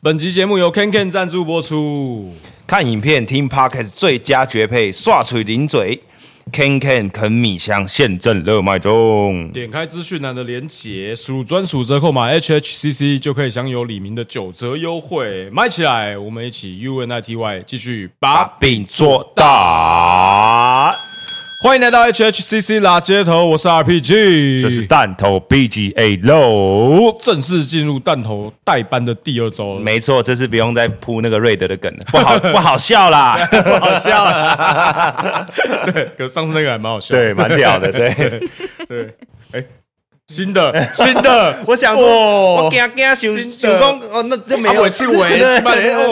本集节目由 KenKen 赞助播出。看影片、听 podcast 最佳绝配，刷嘴零嘴，Ken Ken 啃米香现正热卖中。点开资讯栏的链接，输入专属折扣码 HHCC 就可以享有李明的九折优惠。买起来，我们一起 UNITY 继续把拔。饼做大，欢迎来到 HHCC 拉街头，我是 RPG，这是弹头 BGA 喽。正式进入弹头代班的第二周了。没错，这次不用再铺那个瑞德的梗了，不 好不好笑啦。不好笑了。 对，可上次那个还蛮好笑。 对，蛮屌的。对，，对，哎，新的新的 我想说，我哦，惊惊想新想的讲，哦，那这没阿有伟去 围，对起码得哦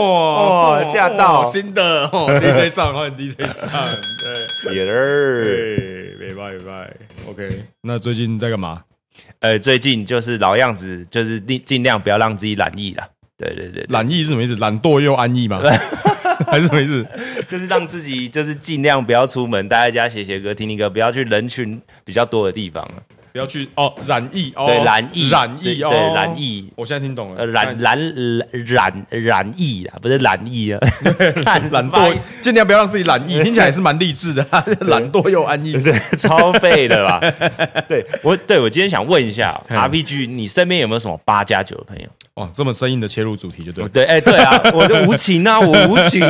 哦吓到哦新的哦 DJ 上换 DJ 上，也是。对对，拜拜拜，OK。那最近在干嘛？呃，最近就是老样子，就是尽尽量不要让自己懒意了。对对对，懒逸是什么意思？懒惰又安逸 吗？还是什么意思？就是让自己就是尽量不要出门，待在家写写歌、听听歌，不要去人群比较多的地方。不要去哦，染疫哦，对染疫染疫对哦，对染疫我现在听懂了呃，，染染染染疫啦，不是懒意啊，看懒发惰音，尽量不要让自己懒逸，听起来也是蛮励志的 啊，懒惰又安逸。对，超废的啦。对我，对我今天想问一下嗯 RPG，你身边有没有什么八加九的朋友？哇，这么生硬的切入主题就对了。对，哎，对啊，我就无情啊，我无情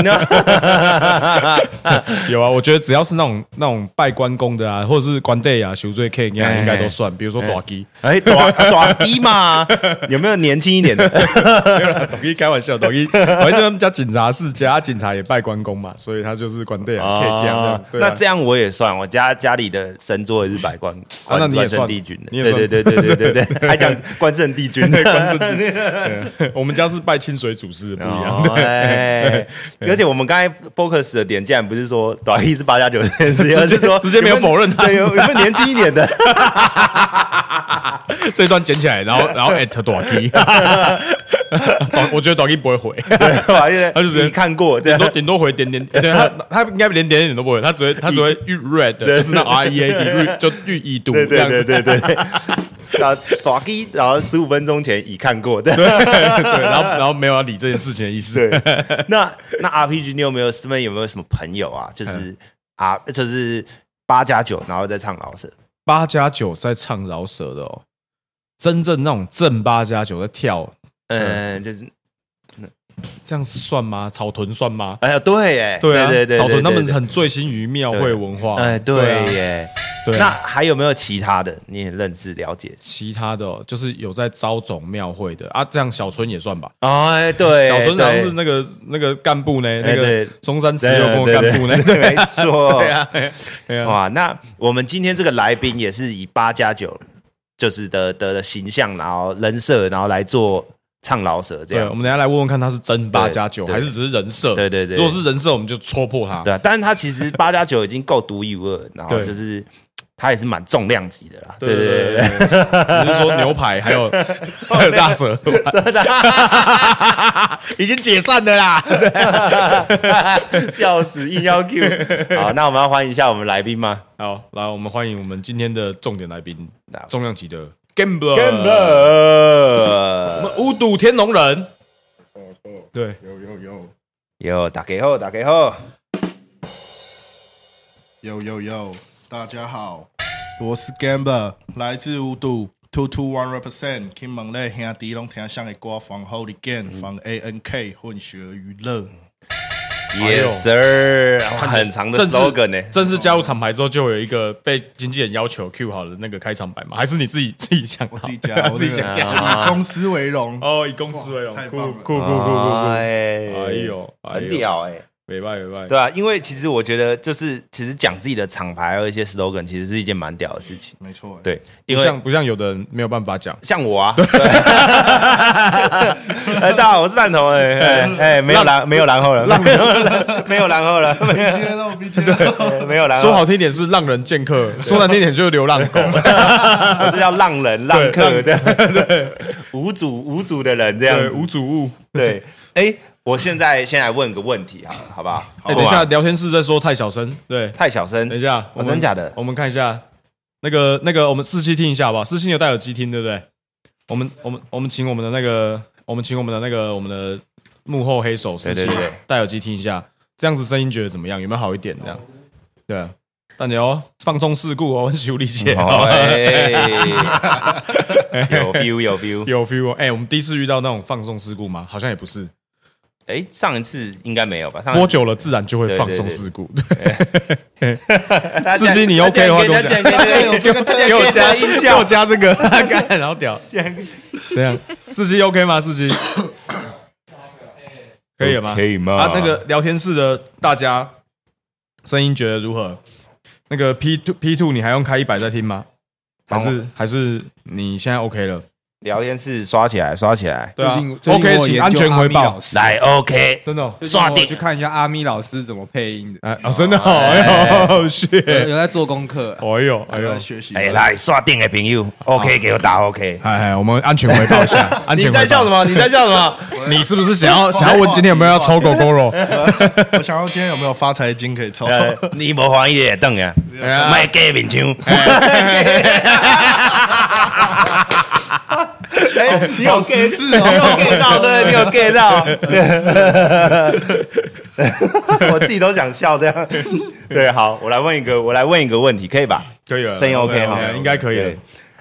啊。 有啊，我觉得只要是那种那种拜关公的啊，或者是关帝啊、求罪 K 应该应该都算。比如说短鸡，哎，短短低嘛，有没有年轻一点的？短鸡开玩笑， 短鸡，我还是他们家警察世家，警察也拜关公嘛，所以他就是关帝啊、K 这样。对啊哦那这样我也算，我家家里的神桌也是百官，啊那关你也关算圣帝君的，你也对对算对对对对 对，还讲关圣帝 君，对关圣帝对我们家是拜清水祖师，不一 样。哦哎，而且我们刚才 focus 的点竟然不是说短一是八加九这件事情，而是 说直接没有否认他对，有有没有年轻一点 的？这一段剪起来， 然后然后 at 短鸡，短我觉得短鸡不会回，对他就直接你看过这顶多样。顶多回点 点，对他他应该连点点都不会，他只会他只会预 red，就是那 R E A D 预就预已读对这对样对子。对对对，然后短一，然后十五分钟前已看过，对 对，然后然后没有要理这件事情的意思。 对，那那 RPG 你有没有身边有没有什么朋友啊？嗯就是啊，就是八加九，然后再唱老舍。八加九在唱饶舌的哦，真正那种正八加九在跳，嗯，就是这样是算吗？草屯算吗？哎呀，对耶，啊，对对，草屯他们对很醉心于庙会文化。哎，啊对耶。对啊那还有没有其他的你也认识了解？其他的哦就是有在招总庙会的啊，这样小春也算吧。哦，哎，对，小春好像是对哎那个那个干部呢，那个对中山慈对幼宫的干部呢对，对对没错 对。啊，对啊，哇，那我们今天这个来宾也是以八加九，就是的的的形象，然后人设，然后来做唱老舍这对，样我子。们等一下来问问看他是真八加九对还是只是人设。对对对如果是人设，我们就戳破他。对啊，但是他其实八加九已经够独一无二，然后对就是他也是蛮重量级的啦。对对对对对对对， 对你是说牛排还有 还有大蛇， 已经解散的啦。对， 笑死，硬要 Q。好，那我们要欢迎一下我们来宾吗？好，来我们欢迎我们今天的重点来宾那，重量级的 Gambler，我乐，们五赌天龙人。对，哦有有有有打给后，打给后，有有有，大家好，我是 Gamba，来自五度 Two Two One Represent，听门类兄弟拢听上的歌，防 Hold Again，防 ANK 混血娱乐。哎呦 Yes sir，哇很长的正式 slogan 呢。正式加入厂牌之后，就有一个被经纪人要求 Q 好的那个开场白嘛？还是你自己 自己想好？我自己加， 自己想加。加，以公司为荣。哦，以公司为荣，哇太酷棒了酷酷酷酷酷！哎哎，呦，哎很呦，屌哎。没办没办，对啊，因为其实我觉得，就是其实讲自己的厂牌还有一些 slogan，其实是一件蛮屌的事情。没 错，欸对，因不为像不像有的人没有办法讲，像我啊，对哎，大家好，我是蛋头，哎哎哎，没有然没有然后了，没有然没有然后了，没有，B 接喽，B 哦接喽，没有然后说了，好听一点是让人见客，说难听一点就是流浪狗。我是叫浪人浪客对对，无主无主的人这样 对，子，无主物。对，哎，我现在先来问个问题好了，好不好？哎，等一下，聊天室在说太小声。对，太小 声等一，下，我们哦真假的我们看一下那个那个，我们四期听一下吧。四期有戴耳机听，对不对？我们我们我们请我们的那个，我们请我们的那个我们的幕后黑手时期对对对，戴耳机听一下，这样子声音觉得怎么样？有没有好一点？这样，对啊。但你要放纵事故哦，很 求理解哦，哦。哎有 view 有 view，有 feel 哦。哎，我们第一次遇到那种放纵事故吗？好像也不是，哎，上一次应该没有吧？上播一次久了自然就会放纵事故。司机竟你 OK 的话跟我讲大家有这个特给我有加加音音效，给效我加这个， 干，然后屌，这样，司机 OK 吗？司机可以了吗？可以吗啊，那个聊天室的大家声音觉得如何？那个 P two P two 你还用开一百在听吗？还是还是你现在 OK 了？聊天室刷起来，刷起来，对啊最近最近，OK，我有请研安究全阿回咪报老，师来 OK，真的哦，最近刷我定去看一下阿咪老师怎么配音的，哎，哦，真的哦，哎呦，是，有有在做功 课。哎呦，哎还呦在，学习。哎，来刷定的朋友，OK 给我打 OK。哎哎，我们安全回报一下，安全回你报在笑什么？你在笑什么？你是不是想要想要问今天有没有要抽狗狗肉？ 我想要今天有没有发财金可以抽？ 呃，你无欢喜就等 啊，啊卖假面枪。 哎，你有 get 时事哦哎你有 get 到对，你有 get 到。 我自己都想笑这样。对，好，我来问一个，我来问一个问题，可以吧？可以了，声音 OK 哎吗？应该可以了对。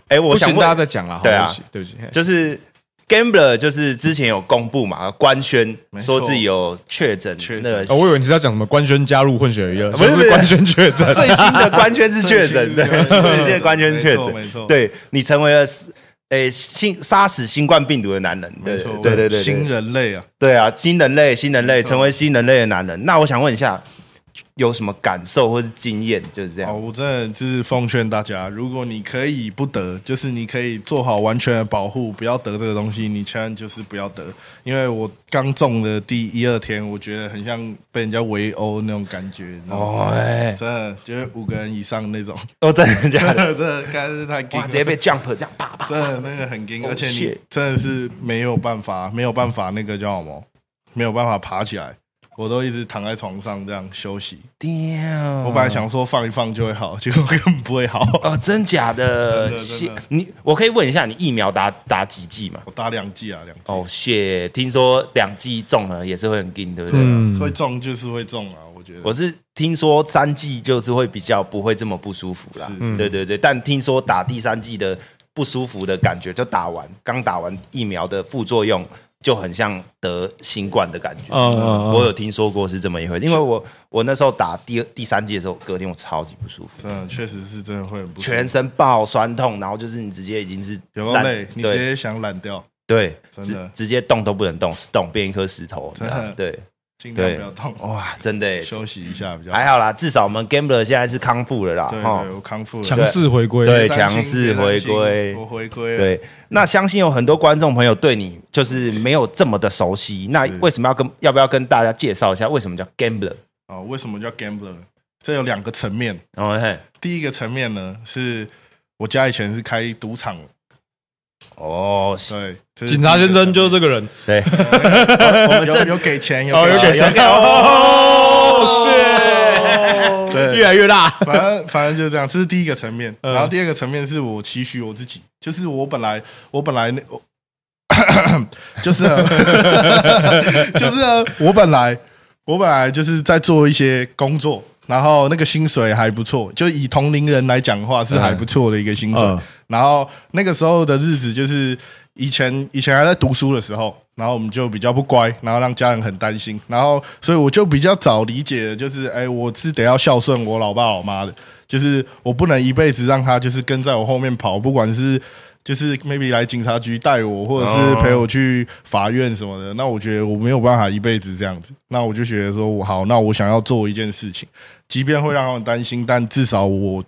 哎，我不想行，问大家再讲了。好对啊不起对不起。嘿就是 Gambler 就是之前有公布嘛，官宣没错说自己有确诊确诊那哦，个我以为你是要讲什么官宣加入混血娱乐，不是就不是官宣确诊。最新 的官宣是确诊的，最新的对最新的官宣确没诊错，没错对你成为了死诶新杀死新冠病毒的男人，对没错，对对对，对新人类啊，对啊，新人类，新人类错成为新人类的男人。那我想问一下，有什么感受或是经验？就是这哦，样，我真的是奉劝大家，如果你可以不得，就是你可以做好完全的保护，不要得这个东西，你千万就是不要得。因为我刚中的第一二天，我觉得很像被人家围殴那种感觉，你知道吗？哦，哎，真的就是五个人以上那种， 哦，真的假真 的？的真的该是太惊哇，了直接被 jump 这样啪啪，真的那个很惊， Oh 而且你 shit 真的是没有办法，没有办法那个叫什么，没有办法爬起来，我都一直躺在床上这样休息。 damn！我本来想说放一放就会好，结果根本不会好。哦，真假的真的真的？谢你，我可以问一下，你疫苗打打几剂吗？我打两剂啊，两剂。哦，谢，听说两剂中了也是会很劲，对不对？嗯会，中就是会中啊，我觉得。我是听说三剂就是会比较不会这么不舒服啦，嗯是对对对，但听说打第三剂的不舒服的感觉，就打完刚打完疫苗的副作用就很像得新冠的感觉。嗯嗯嗯我有听说过是这么一回事，因为我我那时候打第二第三剂的时候，隔天我超级不舒服，真的确实是真的会很不舒服全身爆酸痛，然后就是你直接已经是有够烂累，你直对接想懒掉，对，真直的直接动都不能动，动变一颗石头，你知道真的对，尽量对不要动，哇，真的耶休息一下比较好。还好啦，至少我们 Gambler 现在是康复了啦，对齁对，我康复了。强势回归。对别担心强势回归别担心我回归了。对，那相信有很多观众朋友对你就是没有这么的熟悉，那是为什么要跟要不要跟大家介绍一下为什么叫 Gambler？哦，为什么叫 gambler？这有两个层面，哦嘿，第一个层面呢是我家以前是开赌场，哦，对，这是警察先生就是第这个人。 对，一个层面我们这有有给钱，哦有给有钱给，钱哦哦，对越来越大。 反正反正就是这样，这是第一个层面。然后第二个层面是我期许我自己，就是我本来我本来那 我就是 呢就是呢我本来我本来就是在做一些工作，然后那个薪水还不错，就以同龄人来讲的话是还不错的一个薪水。嗯然后那个时候的日子就是以前以前还在读书的时候，然后我们就比较不乖，然后让家人很担心，然后所以我就比较早理解的就是，哎，我是得要孝顺我老爸老妈的，就是我不能一辈子让他就是跟在我后面跑，不管是。 就是 maybe 来警察局带我，或者是陪我去法院什么的。那我觉得我没有办法一辈子这样子，那我就觉得说，我好，那我想要做一件事情，即便会让他们担心，但至少我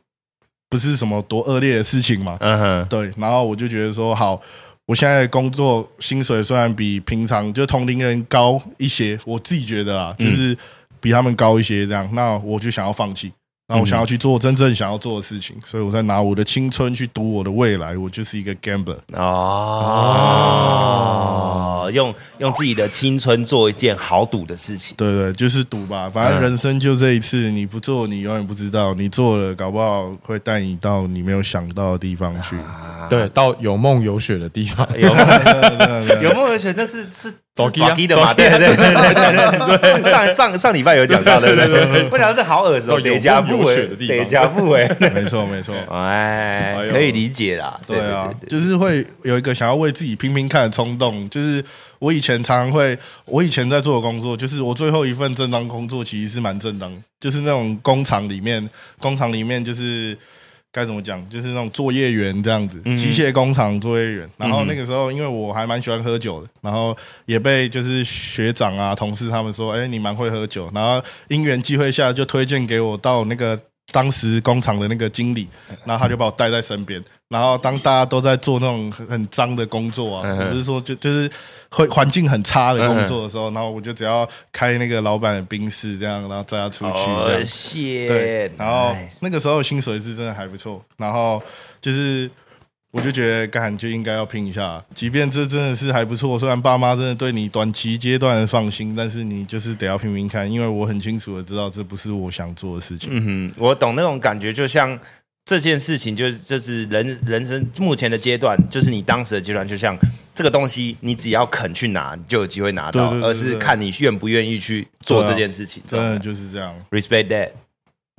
不是什么多恶劣的事情嘛。嗯哼，对，然后我就觉得说，好，我现在工作薪水虽然比平常就同龄人高一些，我自己觉得啊，就是比他们高一些这样，那我就想要放弃，那我想要去做真正想要做的事情，所以我在拿我的青春去赌我的未来，我就是一个 gambler。哦。哦，用用自己的青春做一件豪赌的事情。对对，就是赌吧，反正人生就这一次，你不做你永远不知道，你做了搞不好会带你到你没有想到的地方去。对，到有梦有雪的地方，有对对有梦有雪，那是是抖是机啊抖机的嘛？抖机对啊对对 对对，上上上礼拜有讲到，对不对？我想这好耳熟，到哦有叠加不梦有为雪的，地方叠加 不为，没错没错，哎哎，呦可以理解啦。对啊，对就是会有一个想要为自己拼拼看的冲动。就是我以前常常会，我以前在做的工作，就是我最后一份正当工作其实是蛮正当，就是那种工厂里面，工厂里面就是该怎么讲，就是那种作业员这样子，嗯机械工厂作业员。然后那个时候，因为我还蛮喜欢喝酒的，然后也被就是学长啊、同事他们说，哎，你蛮会喝酒。然后因缘际会下，就推荐给我到那个当时工厂的那个经理，然后他就把我带在身边。然后当大家都在做那种很很脏的工作啊，不是说就就是会环境很差的工作的时候，然后我就只要开那个老板的冰室这样，然后载他出去这哦，样。谢对，，然后哎那个时候薪水是真的还不错，然后就是我就觉得干就应该要拼一下，即便这真的是还不错，虽然爸妈真的对你短期阶段的放心，但是你就是得要拼拼看，因为我很清楚的知道这不是我想做的事情。嗯哼，我懂那种感觉，就像这件事情就，是就是人人生目前的阶段，就是你当时的阶段，就像这个东西，你只要肯去拿，你就有机会拿到，对对对而是看你愿不愿意去做这件事情。真的就是这样， respect that，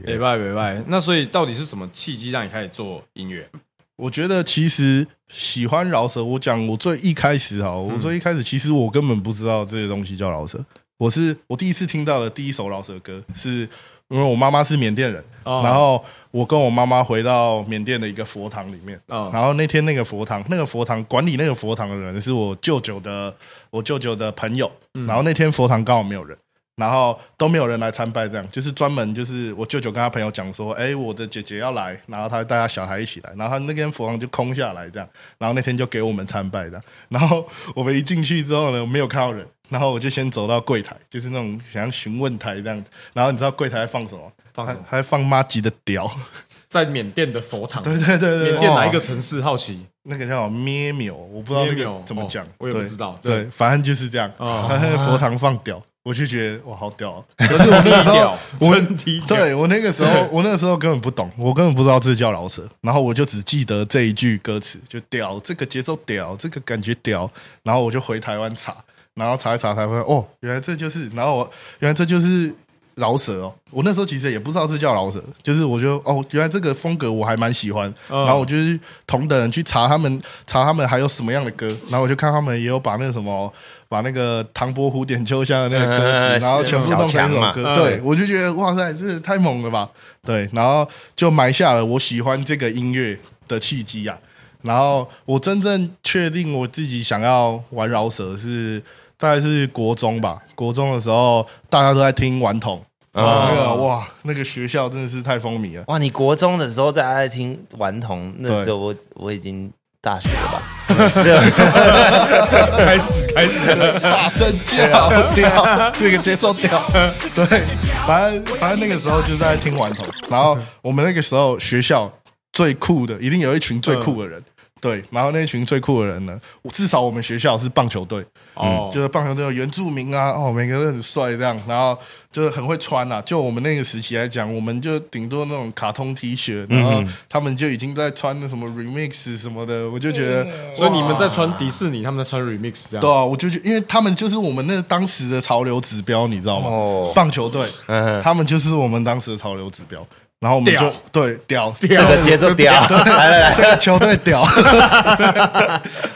北拜北拜。那所以到底是什么契机让你开始做音乐？我觉得其实喜欢饶舌，我讲我最一开始哈，嗯我最一开始其实我根本不知道这些东西叫饶舌，我是我第一次听到的第一首饶舌歌，是因为我妈妈是缅甸人，哦然后我跟我妈妈回到缅甸的一个佛堂里面，哦然后那天那个佛堂，那个佛堂管理那个佛堂的人是我舅舅的，我舅舅的朋友，嗯然后那天佛堂刚好没有人。然后都没有人来参拜，这样就是专门就是我舅舅跟他朋友讲说，哎，我的姐姐要来，然后他带他小孩一起来，然后他那间佛堂就空下来这样，然后那天就给我们参拜的。然后我们一进去之后呢，没有看到人，然后我就先走到柜台，就是那种想要询问台这样子。然后你知道柜台在放什么？放什么还还放妈吉的屌，在缅甸的佛堂，对对对对，缅甸哪一个哦？城市？好奇那个叫咩缪，我不知道那咩个缪怎么讲哦，我也不对知道对，反正就是这样。哦他在 佛堂放屌，我就觉得哇，好屌哦！可是我那个时候屌，我真低调对我那个时候，我那个时候根本不懂，我根本不知道这叫饶舌，然后我就只记得这一句歌词，就屌这个节奏屌，这个感觉屌，然后我就回台湾查，然后查一查才发现哦，原来这就是，然后我原来这就是。饶舌哦，我那时候其实也不知道这叫饶舌，就是我觉得哦，原来这个风格我还蛮喜欢，嗯然后我就是同等人去查他们查他们还有什么样的歌，然后我就看他们也有把那个什么把那个唐伯虎点秋香的那个嗯歌嗯嗯词，然后全部弄成一小强嘛首歌，嗯对我就觉得哇塞，这太猛了吧！对，然后就埋下了我喜欢这个音乐的契机啊。然后我真正确定我自己想要玩饶舌是大概是国中吧，国中的时候大家都在听顽童，啊哦那个哇，那个学校真的是太风靡了。哇，你国中的时候大家在听顽童，那对时候我我已经大学了吧？ 开始开始大声叫屌，这个节奏屌，对，反正反正那个时候就在听顽童，然后我们那个时候学校最酷的，一定有一群最酷的人，对，然后那群最酷的人呢，至少我们学校是棒球队，哦，嗯就是棒球队有原住民啊，哦，每个人都很帅这样，然后就是很会穿啊。就我们那个时期来讲，我们就顶多那种卡通 T 恤，然后他们就已经在穿那什么 remix 什么的，我就觉得，所以你们哇在穿迪士尼，他们在穿 remix 这对样。啊，我就觉得，因为他们就是我们那当时的潮流指标，你知道吗？哦棒球队，嗯他们就是我们当时的潮流指标。然后我们就屌对屌这个节奏屌，来来来，这个球队屌，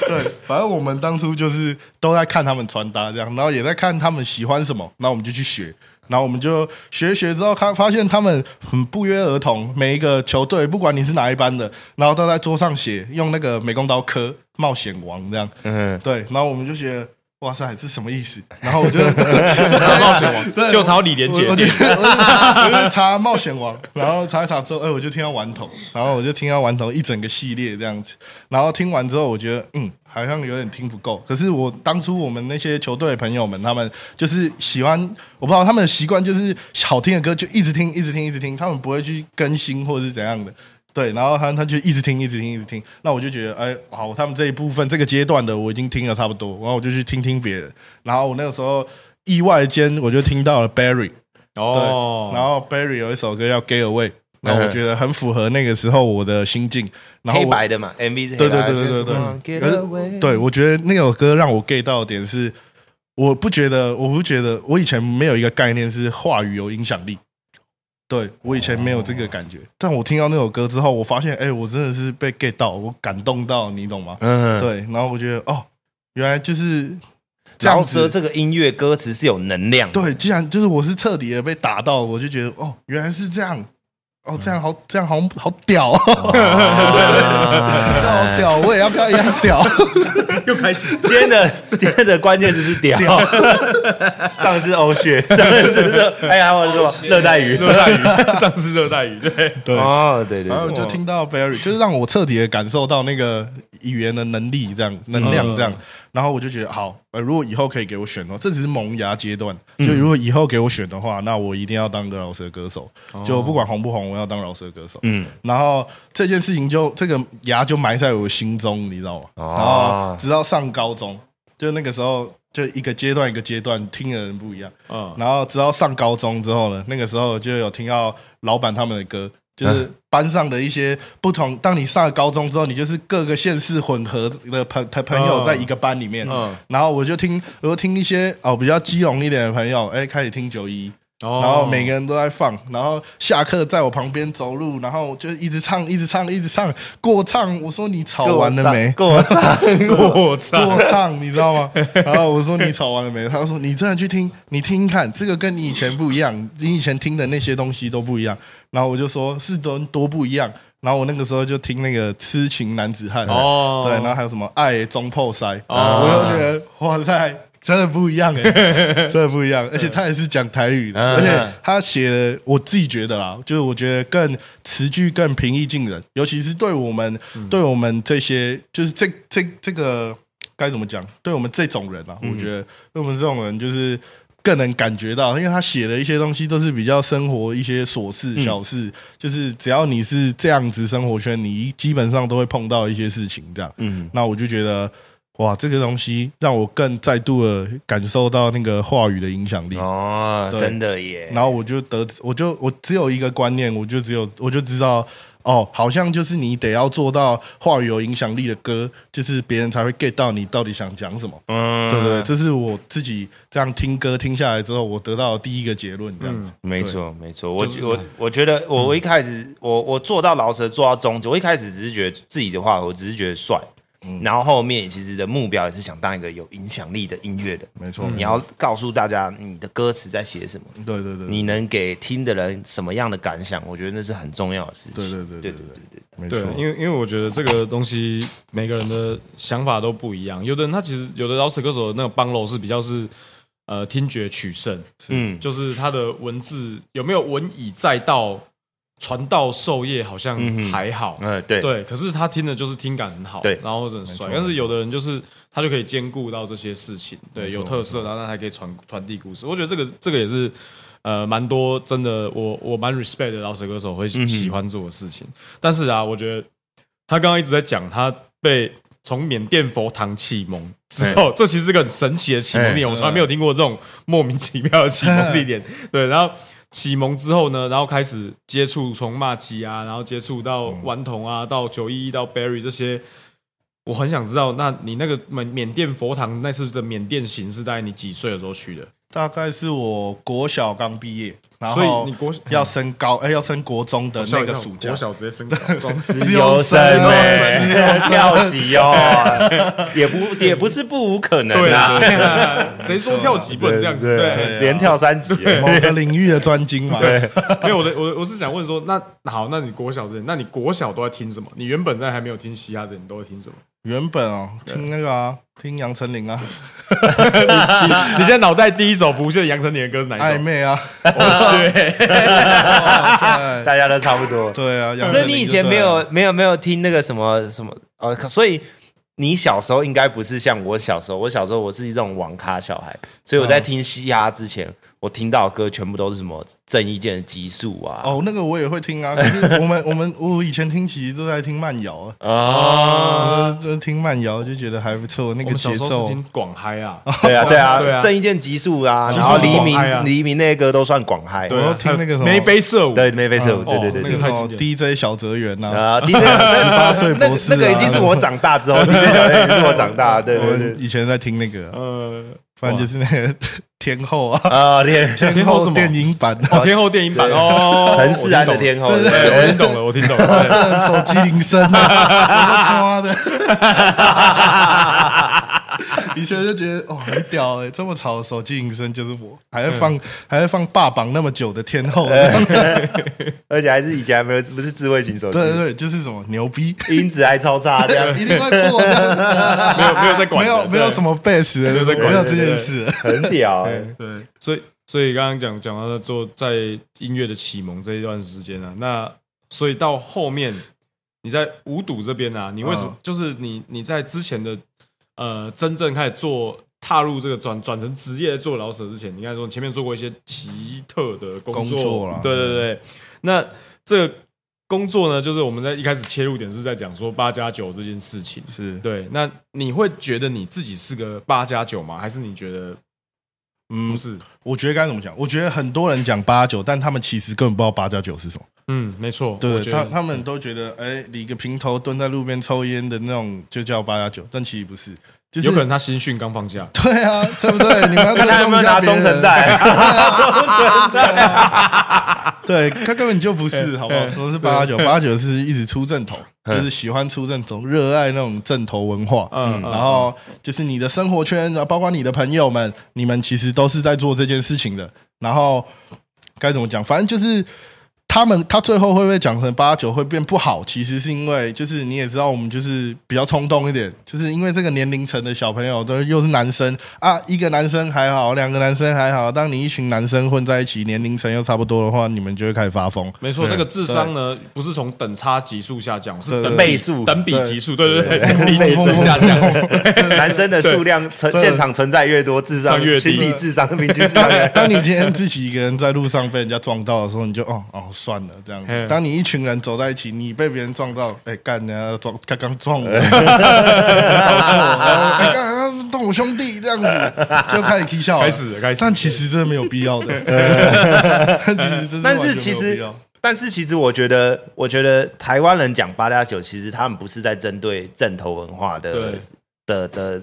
对，反正我们当初就是都在看他们穿搭这样，然后也在看他们喜欢什么，那我们就去学，然后我们就学一学之后，看发现他们很不约而同，每一个球队不管你是哪一班的，然后都在桌上写用那个美工刀刻冒险王这样，嗯，对，然后我们就觉得。哇塞，这什么意思？然后我就查冒险王 对就查李连杰我我就我就我就查冒险王，然后查一查之后，哎、我就听到顽童，然后我就听到顽童一整个系列这样子，然后听完之后，我觉得嗯，好像有点听不够。可是我当初我们那些球队的朋友们，他们就是喜欢，我不知道他们的习惯就是好听的歌就一直听，一直听，一直听，他们不会去更新或者是怎样的。对，然后他他就一直听，一直听，一直听。那我就觉得，哎，好，他们这一部分这个阶段的我已经听了差不多，然后我就去听听别人。然后我那个时候意外间我就听到了 Barry，对，哦，然后 Barry 有一首歌叫《Get Away》，然后我觉得很符合那个时候我的心境。 然后黑我白的嘛，MV 是黑对白对的对对对就是对，什么可是对我觉得那首歌让我 get 到的点是，我不觉得，我不觉得，我以前没有一个概念是话语有影响力，对我以前没有这个感觉，但我听到那首歌之后，我发现，哎、我真的是被 get 到，我感动到，你懂吗？嗯，对，然后我觉得，哦，原来就是这饶样舌子，这个音乐歌词是有能量的，对，既然就是我是彻底的被打到，我就觉得，哦，原来是这样。哦，这样好，这样好好屌哦！这样 好屌，我也要跟他一样屌。又开始， 今天的今天的关键词是屌， 上次欧血，上次是哎呀，我说热带鱼，热带鱼， 上次热带鱼，对，对哦，对对然后对，我就听到 Barry，就是让我彻底的感受到那个语言的能力，这样能量这样。嗯然后我就觉得好，呃，如果以后可以给我选哦，这只是萌芽阶段。嗯就如果以后给我选的话，那我一定要当个饶舌歌手，就不管红不红，我要当饶舌歌手。哦嗯，然后这件事情就这个芽就埋在我心中，你知道吗？哦然后直到上高中，就那个时候就一个阶段一个阶段听的人不一样。嗯，然后直到上高中之后呢，那个时候就有听到老板他们的歌，嗯就是班上的一些不同。当你上了高中之后，你就是各个县市混合的朋朋朋友嗯在一个班里面。嗯然后我就听，我就听一些哦比较基隆一点的朋友，哎，开始听九一，哦然后每个人都在放，然后下课在我旁边走路，然后就一直唱，一直唱，一直唱过唱。我说你吵完了没？跟 我唱，我 过操，唱，你知道吗？然后我说你吵完了没？他说你真的去听，你听看，这个跟你以前不一样，你以前听的那些东西都不一样。然后我就说是多多不一样。然后我那个时候就听那个《痴情男子汉》哦对，然后还有什么《爱中破塞》哦我就觉得哇塞，真的不一样哎、真的不一样。而且他也是讲台语的，嗯而且他写的，我自己觉得啦，就是我觉得更词句更平易近人，尤其是对我们、嗯对我们这些，就是这这这个该怎么讲？对我们这种人啊，嗯我觉得对我们这种人就是。更能感觉到，因为他写的一些东西都是比较生活一些琐嗯事、小事，就是只要你是这样子生活圈，你基本上都会碰到一些事情这样。嗯，那我就觉得，哇，这个东西让我更再度的感受到那个话语的影响力。哦，对真的耶，然后我就得，我就我只有一个观念，我就只有我就知道，哦，好像就是你得要做到话语有影响力的歌，就是别人才会 get 到你到底想讲什么。嗯，对对对，，这是我自己这样听歌听下来之后，我得到的第一个结论，这样子。没错，没错。我我我觉得我，我一开始我我做到饶舌做到终极，我一开始只是觉得自己的话，我只是觉得帅。然后后面其实的目标也是想当一个有影响力的音乐人，没错你要告诉大家你的歌词在写什么，对对对，你能给听的人什么样的感想，我觉得那是很重要的事情。对对对对对对对，没对错，，因为因为我觉得这个东西每个人的想法都不一样，有的人他其实有的饶舌歌手的那个帮楼是比较是呃听觉取胜，嗯，就是他的文字有没有文以载道，传道授业好像嗯哼还好，呃，对，对，可是他听的就是听感很好，对然后或者很帅。没错但是有的人就是他就可以兼顾到这些事情，对，没错有特色，然后他还可以传传递故事。我觉得这个这个也是呃蛮多真的，我我蛮 respect 的饶舌歌手会喜嗯哼喜欢做的事情。但是啊，我觉得他刚刚一直在讲他被。从缅甸佛堂启蒙之后，这其实是个很神奇的启蒙地点，我从来没有听过这种莫名其妙的启蒙地点。对，然后启蒙之后呢，然后开始接触从骂鸡啊，然后接触到顽童啊，到九一一到 Barry 这些，我很想知道，那你那个缅缅甸佛堂那次的缅甸行是在你几岁的时候去的？大概是我国小刚毕业，然所后以你国哦要升高，哎，要升国中的那个暑假我，小直接升高中，自有由神生欸自由生跳级哦， 也不也不是不无可能 对啊，啊，谁说跳级不能这样子？对，对啊连跳三级欸，某个领域的专精 嘛。没有我的我我是想问说，那好，那你国小之前，那你国小都在听什么？你原本在还没有听嘻哈之前，你都在 听什么？原本哦，听那个啊，听杨丞琳啊，你现在脑袋第一首浮现的杨丞琳的歌是哪一暧首？昧啊，哦我去。 哇塞，大家都差不多。对 啊，杨丞琳所以你以前没有没有没有听那个什么什么呃，可所以你小时候应该不是像我小时候，我小时候我是一种网咖小孩，所以我在听嘻哈之前，我我听到的歌全部都是什么郑伊健的《极速》啊，哦，那个我也会听啊，可 是我们我们我以前听其实都在听慢摇啊，啊，呃，就听慢摇就觉得还不错，那我个们小节时候是奏哦听广嗨啊，对啊，对对啊，啊郑伊健《极速》啊，极然速后是黎广嗨啊明黎明那些歌都算广嗨，对还有听那个什么 眉飞色舞，对，眉飞色舞，对嗯对对哦对那个个太什经么典 DJ 小泽园呐，啊，第十八岁博士那啊个已经是我长大之后，你这条也是我长大，对 我对们对，以前在听那个啊，呃，反正就是那个 天后啊，啊天，天后什么电影版哦，的，天后电影版哦，陈世安的天后，对对，对我对听懂了，我听懂了。 对手机铃声啊，我 的妈的！以前就觉得哦很屌哎、这么吵的手机铃声就是我，还在嗯放、还在放霸榜那么久的天后，哎而且还是以前还没有不是智慧型手对机，对对，就是什么牛逼，音质还超差，这 样一定会做这样的，没有没有在哎 管没的，有没有对什么 base，的没有在管没有这件事，很屌欸，对对，所以所以刚刚讲讲到做在音乐的启蒙这一段时间啊，那所以到后面你在五堵这边啊，你为什么、嗯就是你你在之前的呃真正开始做踏入这个转转成职业做老舍之前，你刚才说你前面做过一些奇特的工工作啦嗯对对对，那这个工作呢，就是我们在一开始切入点是在讲说八加九这件事情，是，对，那你会觉得你自己是个八加九吗？还是你觉得不嗯，是？我觉得该怎么讲？我觉得很多人讲八九，但他们其实根本不知道八加九是什么。嗯，没错，我对觉他，得他们都觉得，哎，理个平头蹲在路边抽烟的那种就叫八加九，但其实不是，就是有可能他新训刚放假， 对啊，对不 对？你们要看尊他有重没有一下拿别中人成，带，对他根本就 不是，好不好？什么是八加九？八加九是一直出正头，就是喜欢出正头，热爱那种正头文化。嗯，然后就是你的生活圈，然后包括你的朋友们，你们其实都是在做这件事情的。然后该怎么讲？反正就是他们，他最后会不会讲成八九会变不好？其实是因为就是你也知道，我们就是比较冲动一点，就是因为这个年龄层的小朋友都又是男生啊，一个男生还好，两个男生还好，当你一群男生混在一起，年龄层又差不多的话，你们就会开始发疯。没错，那个智商呢，不是从等差级数下降，是对等倍数等比级数，对对对，等比倍级数数下降。 男生的数量存对现场存在越多，智商上越低群体智商平均智商越当你今天自己一个人在路上被人家撞到的时候，你就哦哦算了这样子嗯。当你一群人走在一起，你被别人撞到，哎干人家撞刚刚撞我，搞错， 然后哎干人家动我兄弟这样子，就开始踢笑了，开始了开始但其实真的没有必要的， 但其实真的 但完是全其没有必实要， 但是其实，我觉得，我觉得台湾人讲八加九，其实他们不是在针对正头文化的对的的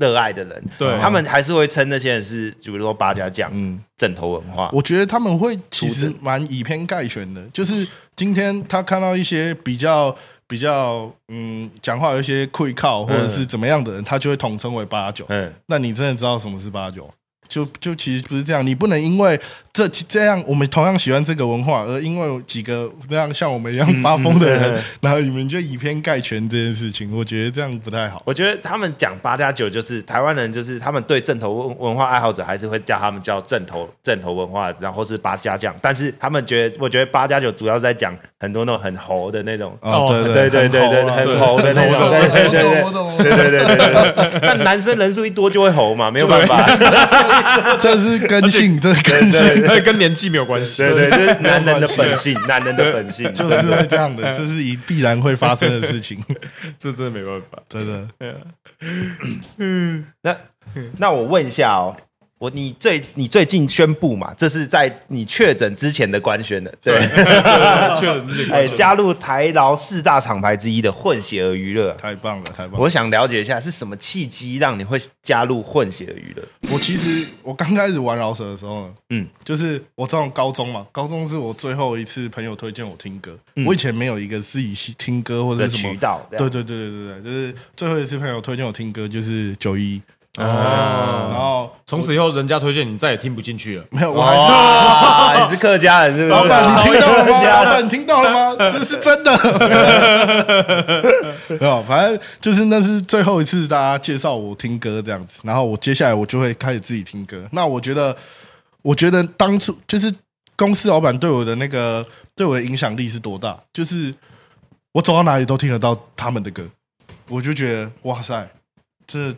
热爱的人，对他们还是会称那些人是，比如说八家将、嗯，正头文化。我觉得他们会其实蛮以偏概全的，就是今天他看到一些比较比较嗯讲话有一些愧靠或者是怎么样的人，他就会统称为八九。嗯，那你真的知道什么是八九？就就其实不是这样，你不能因为这这样，我们同样喜欢这个文化，而因为几个那样像我们一样发疯的嗯人，然后你们就以偏概全这件事情，我觉得这样不太好。我觉得他们讲八加九，就是台湾人，就是他们对正头文文化爱好者，还是会叫他们叫正头正头文化，然后是八家将。但是他们觉得，我觉得八加九主要是在讲很多那种很猴的那种，哦哦，对对对对对对，很很猴的那种，对对对对我。懂我对懂，对对对对对，但男生人数一多就会吼嘛，没有办法。这是根性，这是根性，而且跟年纪没有关系，对对，这是男人的本性，男人的本性。就是会这样的，这是一必然会发生的事 情，这真的没办法。真的。那那我问一下哦，我你最你最近宣布嘛，这是在你确诊之前的官宣的，对。确实自 己哎，加入台劳四大厂牌之一的混血儿娱乐，太棒了，太棒了！我想了解一下是什么契机让你会加入混血儿娱乐？ 我其实我刚开始玩饶舌的时候呢，嗯嗯，就是我这种高中嘛，高中是我最后一次朋友推荐我听歌，我以前没有一个自己听歌或者的是什么渠，道，这对样对对对对对，就是最后一次朋友推荐我听歌就是九一，然啊！后从此以后，人家推荐你再也听不进去了。没有我还是。哇，你是客家人是不是？啊老板， 你听到了吗？家啊老板，你听到了吗？啊这是真的。 没有，反正就是那是最后一次大家介绍我听歌这样子，然后我接下来我就会开始自己听歌。那我觉得，我觉得当初就是公司老板对我的那个对我的影响力是多大？就是我走到哪里都听得到他们的歌，我就觉得哇塞，这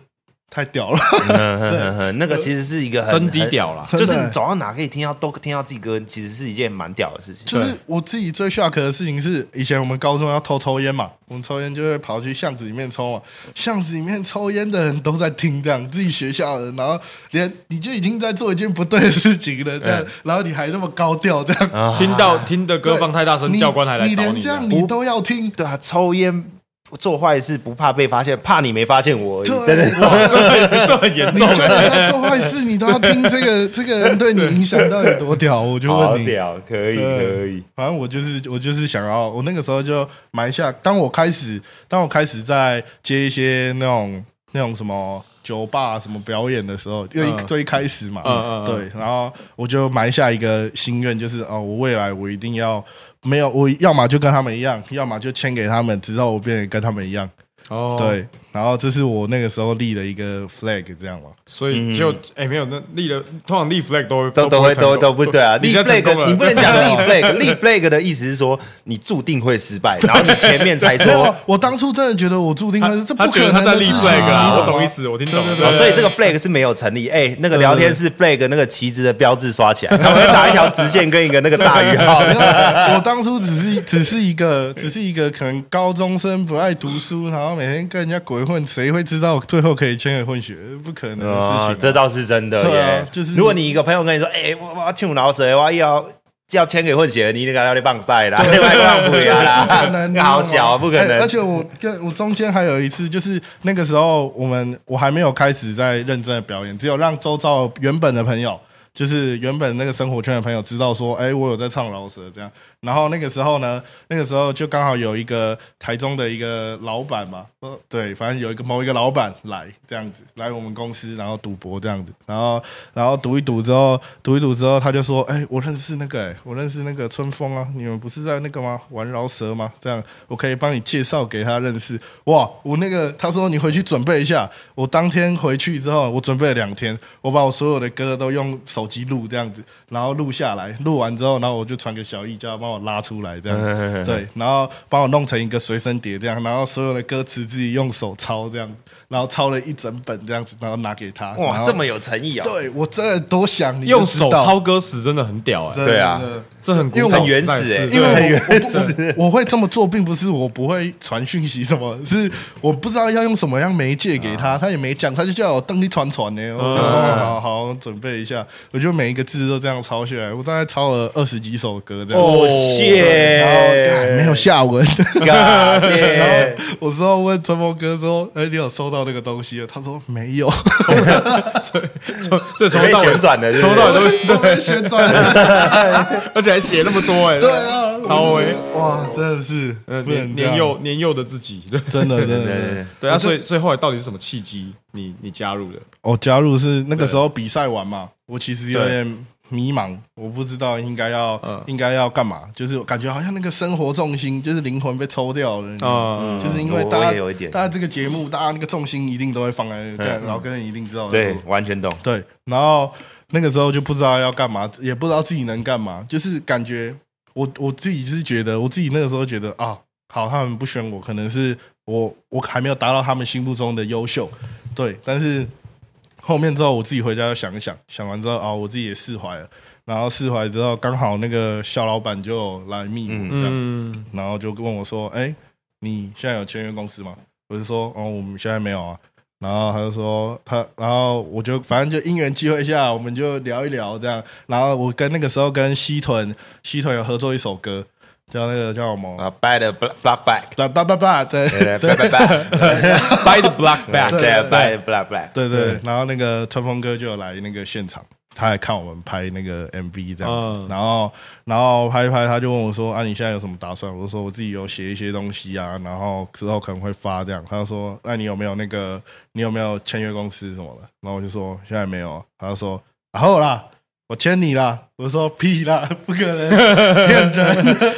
太屌了，嗯哼哼哼 那个其实是一个很真低，调啦。很就 真是的你走到哪可以听到都听到自己歌，其实是一件蛮屌的事情。就是我自己最 shock 的事情是，以前我们高中要偷抽烟嘛，我们抽烟就会跑去巷子里面抽嘛，巷子里面抽烟的人都在听这样，自己学校的人，然后连你就已经在做一件不对的事情了，这样，然后你还那么高调这样，啊听到听的歌对放太大声，你教官还来你找连你啊这这样样。你都要听，对啊，抽烟做坏事不怕被发现，怕你没发现我而已。对对对哇 这这很严你重就欸。算在做坏事，你都要听这个这个人对你影响到底多屌，我就好问你。屌，可以对可以，反正我就是我就是想要，我那个时候就埋下。当我开始，当我开始在接一些那种那种什么酒吧什么表演的时候，因为一嗯最一开始嘛，嗯嗯嗯对，然后我就埋下一个心愿，就是哦，我未来我一定要没有，我要么就跟他们一样，要么就签给他们，直到我变得跟他们一样。哦，，对，然后这是我那个时候立的一个 flag，这样嘛。所以就哎没有那立了，通常立 flag 都都都不会成功都都不对啊。 你立现在 flag 成功了，你不能 讲立 flag，立 flag 的意思是说你注定会失败，然后你前面才 没有说。，我当初真的觉得我注定他是这他不可觉得他能在的立事情 flag 啊，你我懂懂吗意思，我听懂。哦对所以这个 flag 是没有成立。哎，那个聊天室 flag 那个旗帜的标志刷起来，他们会打一条直线跟一个那个大于号。我当初只是只是一个只是一个可能高中生不爱读书，然后每天跟人家鬼混，谁会知道最后可以签给混血？不可能的事 情、啊哦，这倒是真的对啊耶。就是如果你一个朋友跟你说，哎，我我要欠我老谁，我要要签给混血，你那个要去棒赛啦， 另外一个棒不不呀啦，可能，啊好小，啊不可哎而能。且我跟我中间还有一次，就是那个时候我们我还没有开始在认真的表演，只有让周遭原本的朋友，就是原本那个生活圈的朋友知道说，哎、我有在唱饶舌这样。然后那个时候呢，那个时候就刚好有一个台中的一个老板嘛，呃，对，反正有一个某一个老板来这样子，来我们公司，然后赌博这样子，然后然后赌一赌之后，赌一赌之后，他就说，哎、我认识那个、哎， 我认识那个春风啊，你们不是在那个吗？玩饶舌吗？这样我可以帮你介绍给他认识。哇，我那个他说你回去准备一下，我当天回去之后，我准备了两天，我把我所有的歌都用手机录这样子，然后录下来，录完之后，然后我就传给小易，叫他帮我拉出来这样哎子，对，然后帮我弄成一个随身碟这样，然后所有的歌词自己用手抄这样子，然后抄了一整本这样子，然后拿给他。哇，然后这么有诚意哦。对我真的多想你用就知手道抄歌词真的很屌哎，真的对啊真的这很古因为早很原始时代的欸事因为对我我不我我会这么做，并不是我不会传讯息什么，是我不知道要用什么样媒介给他，他也没讲，他就叫我登一传传呢。我嗯就说哦好好准备一下，我就每一个字都这样抄下来，我大概抄了二十几首歌这样。哦，然后干谢，没有下文，干耶哎然后 我之后问陈峰哥说：“哎，你有收到那个东西了？”他说：“没有，所以所以从头到被尾旋转的从头到尾都都被旋转 了。而且还写那么多哎，”对啊，超威，哇，真的是嗯，不能年这样年幼年幼的自己，对真的真的真的。对啊，所以所以后来到底是什么契机，你你加入的？我哦加入是那个时候比赛完嘛，我其实有点迷茫，我不知道应该要、嗯应该要干嘛，就是感觉好像那个生活重心就是灵魂被抽掉了。你知道吗啊，就是因为我大我家也有一点大家这个节目，大家那个重心一定都会放在那个，老跟人一定知道对的，完全懂。对，然后那个时候就不知道要干嘛，也不知道自己能干嘛，就是感觉我我自己是觉得，我自己那个时候觉得啊，好，他们不选我，可能是我我还没有达到他们心目中的优秀，对，但是后面之后我自己回家要想一想，想完之后啊，我自己也释怀了，然后释怀之后，刚好那个小老板就来密我，这样，嗯，然后就问我说：“哎、你现在有签约公司吗？”我就说：“哦，我们现在没有啊。”然后他就说他，然后我就反正就因缘机会下，我们就聊一聊这样。然后我跟那个时候跟西屯西屯有合作一首歌，叫那个叫什么？啊，buy the block block back，叭叭叭叭， 对对对，buy back， ，by the black 对 back， ，buy the block back，对对。然后那个春风哥就有来那个现场，他来看我们拍那个 MV 这样子。嗯然后然后拍一拍，他就问我说：“啊，你现在有什么打算？”我就说：“我自己有写一些东西啊，然后之后可能会发这样。”他就说：“那你有没有那个？你有没有签约公司什么的？”然后我就说：“现在没有啊。”他就说：“然后啦。”我签你啦！我说屁啦，不可能， 骗人的，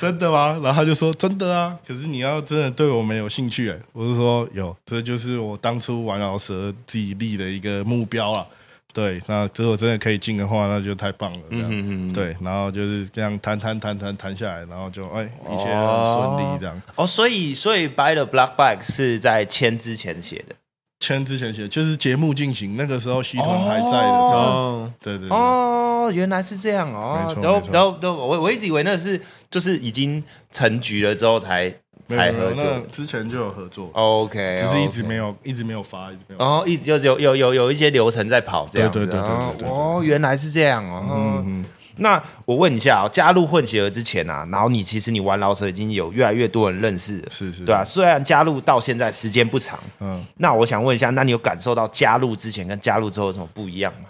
真的吗？然后他就说真的啊，可是你要真的对我们有兴趣、欸，我是说有，这就是我当初玩老蛇自己立的一个目标啦。对，那如果真的可以进的话，那就太棒了。这样，嗯嗯嗯对，然后就是这样谈谈谈谈谈下来，然后就哎，一切很顺利这样。哦哦，所以所以 buy the block back 是在签之前写的，签之前写，就是节目进行那个时候系统还在的时候，哦，对对对，哦，原来是这样哦。嗯没错都没错都都，我我一直以为那是就是已经成局了之后才没才有没喝有，酒那哦的。之前就有合作，哦 OK，哦只是一直没有。有一直没有发，一直没有发。然后一直有有有有有一些流程在跑这样子。对对对对哦对对对哦，原来是这样嗯哦。那我问一下哦，加入混血儿之前啊，然后你其实你玩老舍已经有越来越多人认识了，是是对啊。虽然加入到现在时间不长，嗯，那我想问一下，那你有感受到加入之前跟加入之后有什么不一样吗？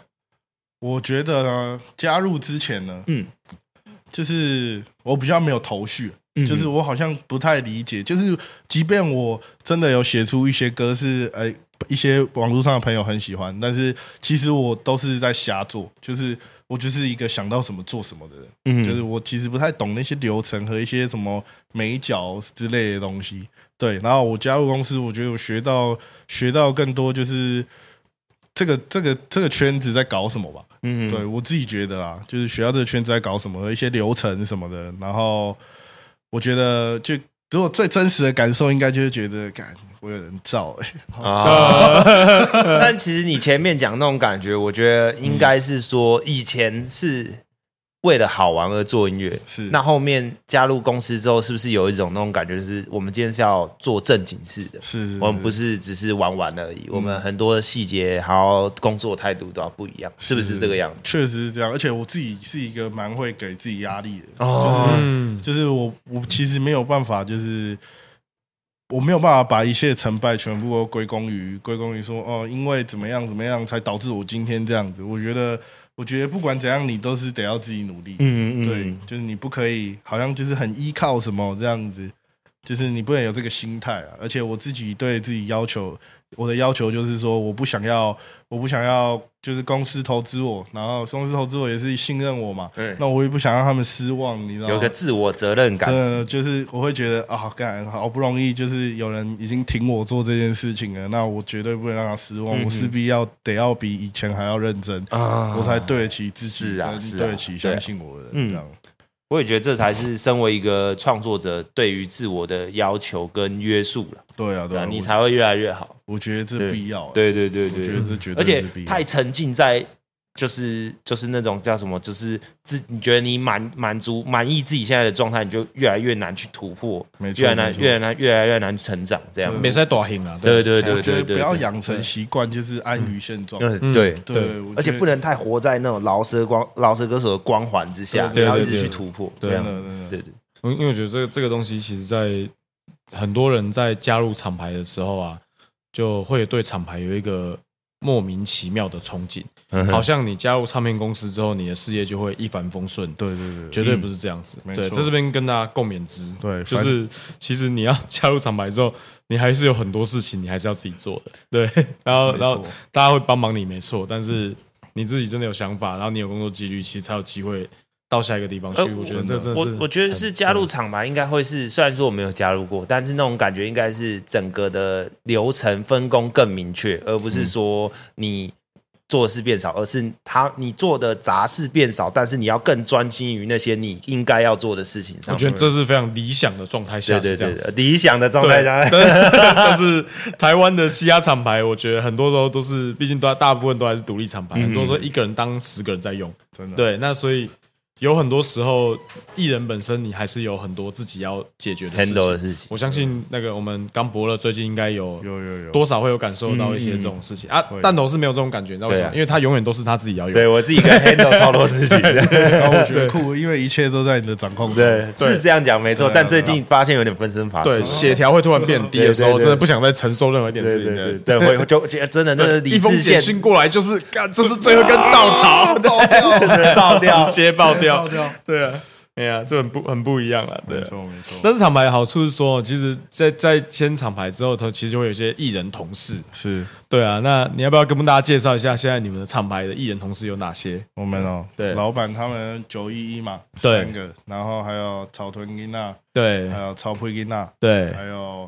我觉得呢，加入之前呢，嗯嗯，就是我比较没有头绪，嗯就是我好像不太理解，就是即便我真的有写出一些歌是，呃，一些网络上的朋友很喜欢，但是其实我都是在瞎做，就是我就是一个想到什么做什么的人，嗯就是我其实不太懂那些流程和一些什么美角之类的东西。对，然后我加入公司，我觉得我学到学到更多，就是这个这个这个圈子在搞什么吧。嗯，对我自己觉得啦，就是学校这个圈子在搞什么，一些流程什么的。然后我觉得就，如果最真实的感受，应该就是觉得，感我有人造哎、啊。 但其实你前面讲那种感觉，我觉得应该是说以前是为了好玩而做音乐，是那后面加入公司之后，是不是有一种那种感觉，就是我们今天是要做正经事的？是是我们不是只是玩玩而已，我们很多的细节还有工作态度都要不一样，是不是这个样子？确实是这样，而且我自己是一个蛮会给自己压力的人，哦嗯，就是我我其实没有办法，就是我没有办法把一切成败全部都归功于归功于说哦，因为怎么样怎么样才导致我今天这样子。我觉得，我觉得不管怎样，你都是得要自己努力。嗯嗯对，就是你不可以好像就是很依靠什么这样子，就是你不能有这个心态啊。而且我自己对自己要求，我的要求就是说，我不想要，我不想要，就是公司投资我，然后公司投资我也是信任我嘛，嗯那我也不想让他们失望，你知道吗？有个自我责任真感。的就是我会觉得啊，干好不容易就是有人已经挺我做这件事情了，那我绝对不能让他失望，我势必要得要比以前还要认真，嗯啊我才对得起自己，是啊跟是啊对得起对啊相信我的嗯人，这样我也觉得这才是身为一个创作者对于自我的要求跟约束了，对啊对对吧？啊，你我才会越来越好。我觉得这必要，对对对我觉对，得嗯这绝而对且是必要，太沉浸在就是就是那种叫什么，就是自你觉得你满满足满意自己现在的状态，你就越来越难去突破，没错越来难没错越来越来越难去成长，这样。嗯没在啊短行了，对对我对觉对得对，不要养成习惯，就是安于现状，嗯对。对，我而且觉得不能太活在那种饶舌光饶舌歌手的光环之下，对对对你要一直对去突破，对这样真的真的对对嗯因为我觉得这个这个东西，其实在很多人在加入厂牌的时候啊，就会对厂牌有一个莫名其妙的憧憬，嗯哼好像你加入唱片公司之后，你的事业就会一帆风顺。对对对绝对不是这样子。嗯没对，错在这边跟大家共勉之。对就反是其实你要加入厂牌之后，你还是有很多事情你还是要自己做的。 对，然后没错然后大家会帮忙你，没错，但是你自己真的有想法，然后你有工作纪律，其实才有机会到下一个地方去。呃我觉得哦我这真的我是，我觉得是加入厂牌应该会是，虽然说我没有加入过，但是那种感觉应该是整个的流程分工更明确，而不是嗯说你做的事变少，而是他你做的杂事变少，但是你要更专心于那些你应该要做的事情上我。觉得这是非常理想的状态下对是对这样对，子对。理想的状态下，但 但是台湾的嘻哈厂牌，我觉得很多时候都是，毕竟都大部分都还是独立厂牌，很多时候一个人当十个人在用，嗯真的对。那所以有很多时候，艺人本身你还是有很多自己要解决的事 handle 的情。事情，我相信那个我们刚伯乐最近应该有有有嗯有多少会有感受到一些这种事情啊。弹头是没有这种感觉，你知道为什么对啊吗？因为他永远都是他自己要用。对我自己一个人 handle 超多事情的。 然后我觉得酷，因为一切都在你的掌控中。对， 是这样讲没错，对啊但最近发现有点分身乏术。对，血条会突然变低的时对对候，对真的不想再承受任何一点对事情对的。对对，会就就真的那个理一封智简线讯过来就是，干，这是最后一根稻 草，爆啊掉，爆掉直，接爆掉爆，掉，对啊，哎呀，就很不很不一样了，对没啊。错没错，但是厂牌的好处是说，其实在，在签厂牌之后，它其实会有一些艺人同事，是对啊。那你要不要跟大家介绍一下，现在你们的厂牌的艺人同事有哪些？我们哦，对老板他们九一一嘛，对三个，然后还有草屯金娜，对还有超普金娜，对，还有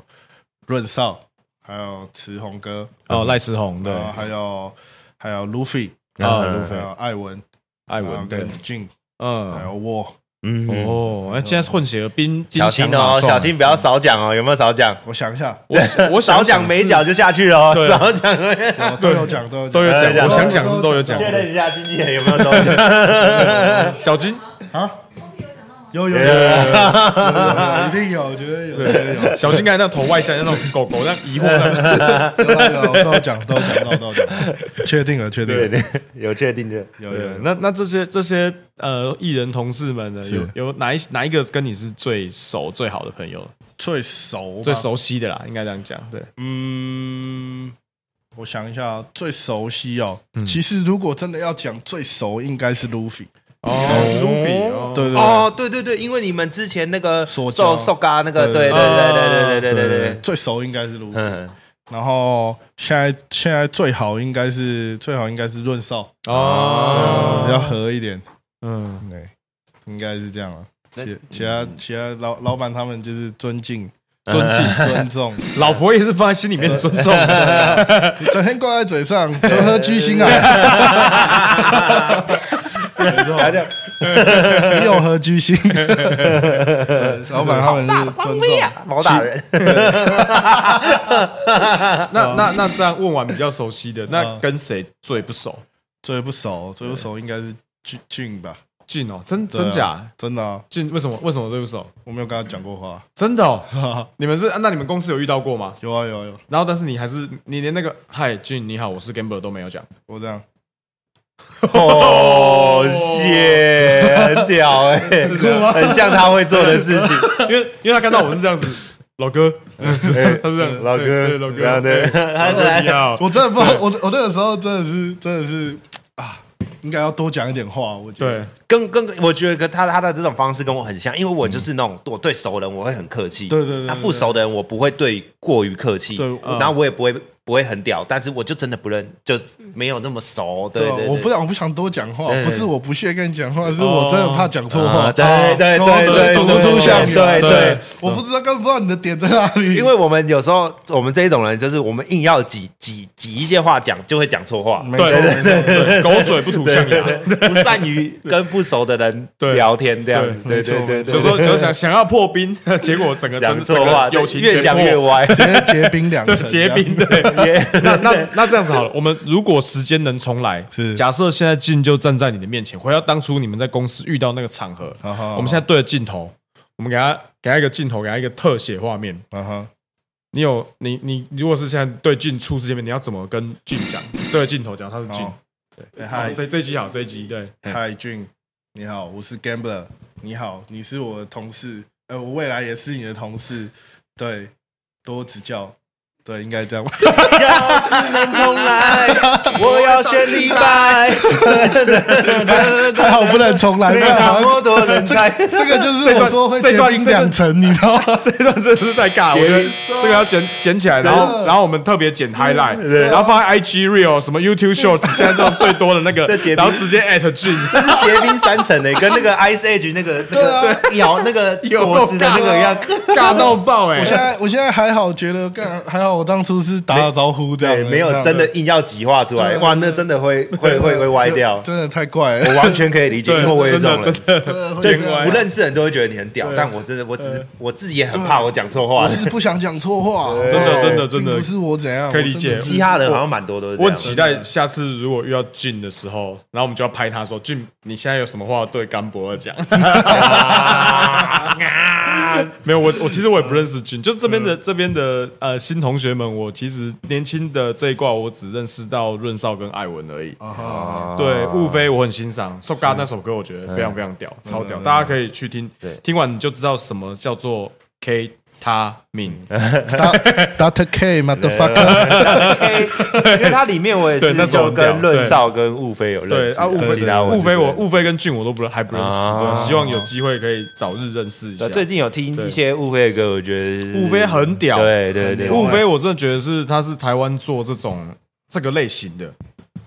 润少，还有慈宏哥，哦，赖思宏，对然，后还有还嗯有 Luffy，哦还有艾文，艾然后文，对跟，Jin，还嗯，啊哎有我，嗯，哦，那现在是混血儿冰冰强小心马哦，壮小心不要少讲哦，有没有少讲？我想一下，我我少想讲是没脚就下去了哦，对少讲没脚我都有讲，都有都有哎讲，讲我想想是都有讲确认一下经纪人有没有少讲。小金啊，有有有有有有有有一定有，我觉得有有有有。小金刚才那头外向，那种狗狗那样疑惑那样，有啦有啦，都有讲，都有讲，都有讲，确定了，确定对了，对，有确定的。有有有。那那这些这些呃艺人同事们呢，是有有哪一哪一个跟你是最熟最好的朋友，最熟吧最，熟悉的啦？应该这样讲，对，嗯，我想一下啊，最熟悉哦。其实如果真的要讲最熟，应该是 Luffy。哦，是 Luffy，哦对对对，哦，对对对，因为你们之前那个塑瘦胶瘦嘎那个，对对对对对对对对对对，最熟应该是 Luffy。嗯，然后现在现在最好应该是最好应该是润少，哦，比较合一点。嗯，对，应该是这样啊。那其其他其他老老板他们就是尊敬、尊敬，尊重，老佛爷是放在心里面尊重的，整天挂在嘴上，折合居心啊。 没还错，有有何居心？对老板他们是尊重，毛大人， 哦那那那这样问完比较熟悉的，那跟谁最不熟？最不熟，最不熟应该是俊俊吧？俊哦，真对啊真假？？真的啊，俊为什么为什么最不熟？我没有跟他讲过话。 真的哦，你们是啊那你们公司有遇到过吗？有啊有啊有，然后但是你还是你连那个嗨俊你好，我是 Gamber 都没有讲。我这样哦，谢，很屌哎，很像他会做的事情。 因为因为他看到我是这样子，老 哥， 他是这样，哎老哥，对老对哥，啊对，他你来，好， 我真的不，我我那个时候真的是真的是啊，应该要多讲一点话。我觉得对，跟跟我觉得他他的这种方式跟我很像，因为我就是那种我对熟人我会很客气，嗯对对对对那不熟的人我不会对过于客气对，嗯然后我也不会不会很屌，但是我就真的不认，就没有那么熟，对啊对，我不对想我不想多讲话，对哦不是我不屑跟你讲话，是我真的怕讲错啊话。对对对跟我对对，走对不出项羽啊对对。，我不知道，根本不知道你的点在哪里。因为我们有时候，我们这一种人，就是我们硬要挤挤挤一些话讲，就会讲错话，没错，对没错对，狗嘴不吐象牙，啊不善于跟不熟的 人对聊天，这样子，对对没对错对没就对，说就想想要破冰，结果整个讲真整错话个，友情越讲越全破歪，直接结冰两 层，结冰这样对。那那那这样子好了，我们如果时间能重来，是假设现在静就站在你的面前，回到当初你们在公司遇到那个场合，哦好好好我们现在对着镜头，我们给他给他一个镜头，给他一个特写画面。啊哈，你有你你如果是现在对镜初次见面，你要怎么跟镜 讲？对着镜头讲，他是镜。好哎好嗨这这一集好，这一集 对，嗨俊，你好，我是 Gambler，你好，你是我的同事，呃，我未来也是你的同事，对，多指教，对，应该这样吧。要是能重来，我要选李白。还好不能重来，不没有然那好 么像多人在，这个就是我说会结啊这段冰两层，你知 道吗？哦这一段真的是太尬，我觉得这个要剪剪起来，然后然后我们特别剪 highlight，然后放在 IG real 什么 YouTube shorts，现在都最多的 那个这截，屏然后直接 at 镜。 结冰三层诶， 跟那啊个 Ice Age 那个那个咬那个果子的那个一样。尬到爆哎、欸我现 在我现在还好，觉得干还好，我当初是打打招呼这对，样，没有真的硬要挤化出啊来，哇，那真的会会会会歪掉。 真的太怪我了，完全可以理解，因为我也是这种真人的。真的，真的啊会对，这样不认识人都会觉得你很屌，但我真的，我只是我自己也很怕我讲错话我。是不想讲错话，对真的真的并真的不是我怎样，可以理解我真的是嘻哈人好像蛮多都是这我很样。期待下次如果遇到俊的时候，然后我们就要拍他说：“俊，你现在有什么话要对甘博尔讲？” 没有，我我其实我也不认识俊，就这边的这边的呃新同学们，我其实年轻的这一挂，我只认识到润少跟艾文而已。啊对，雾飞我很欣赏，《So God》那首歌我觉得非常非常屌，超嗯屌，大家可以去听，听完你就知道什么叫做 K 他命。 打 Doctor K motherfucker， OK，因为它里面我也对那是时候就很屌跟论少跟雾飞有认对识啊，雾飞对对对雾飞我雾飞跟俊我都不还不认识，啊对，希望有机会可以早日认识一下对。最近有听一些雾飞的歌，我觉得雾飞很屌，对对对，雾飞我真的觉得是他是台湾做这种这个类型的，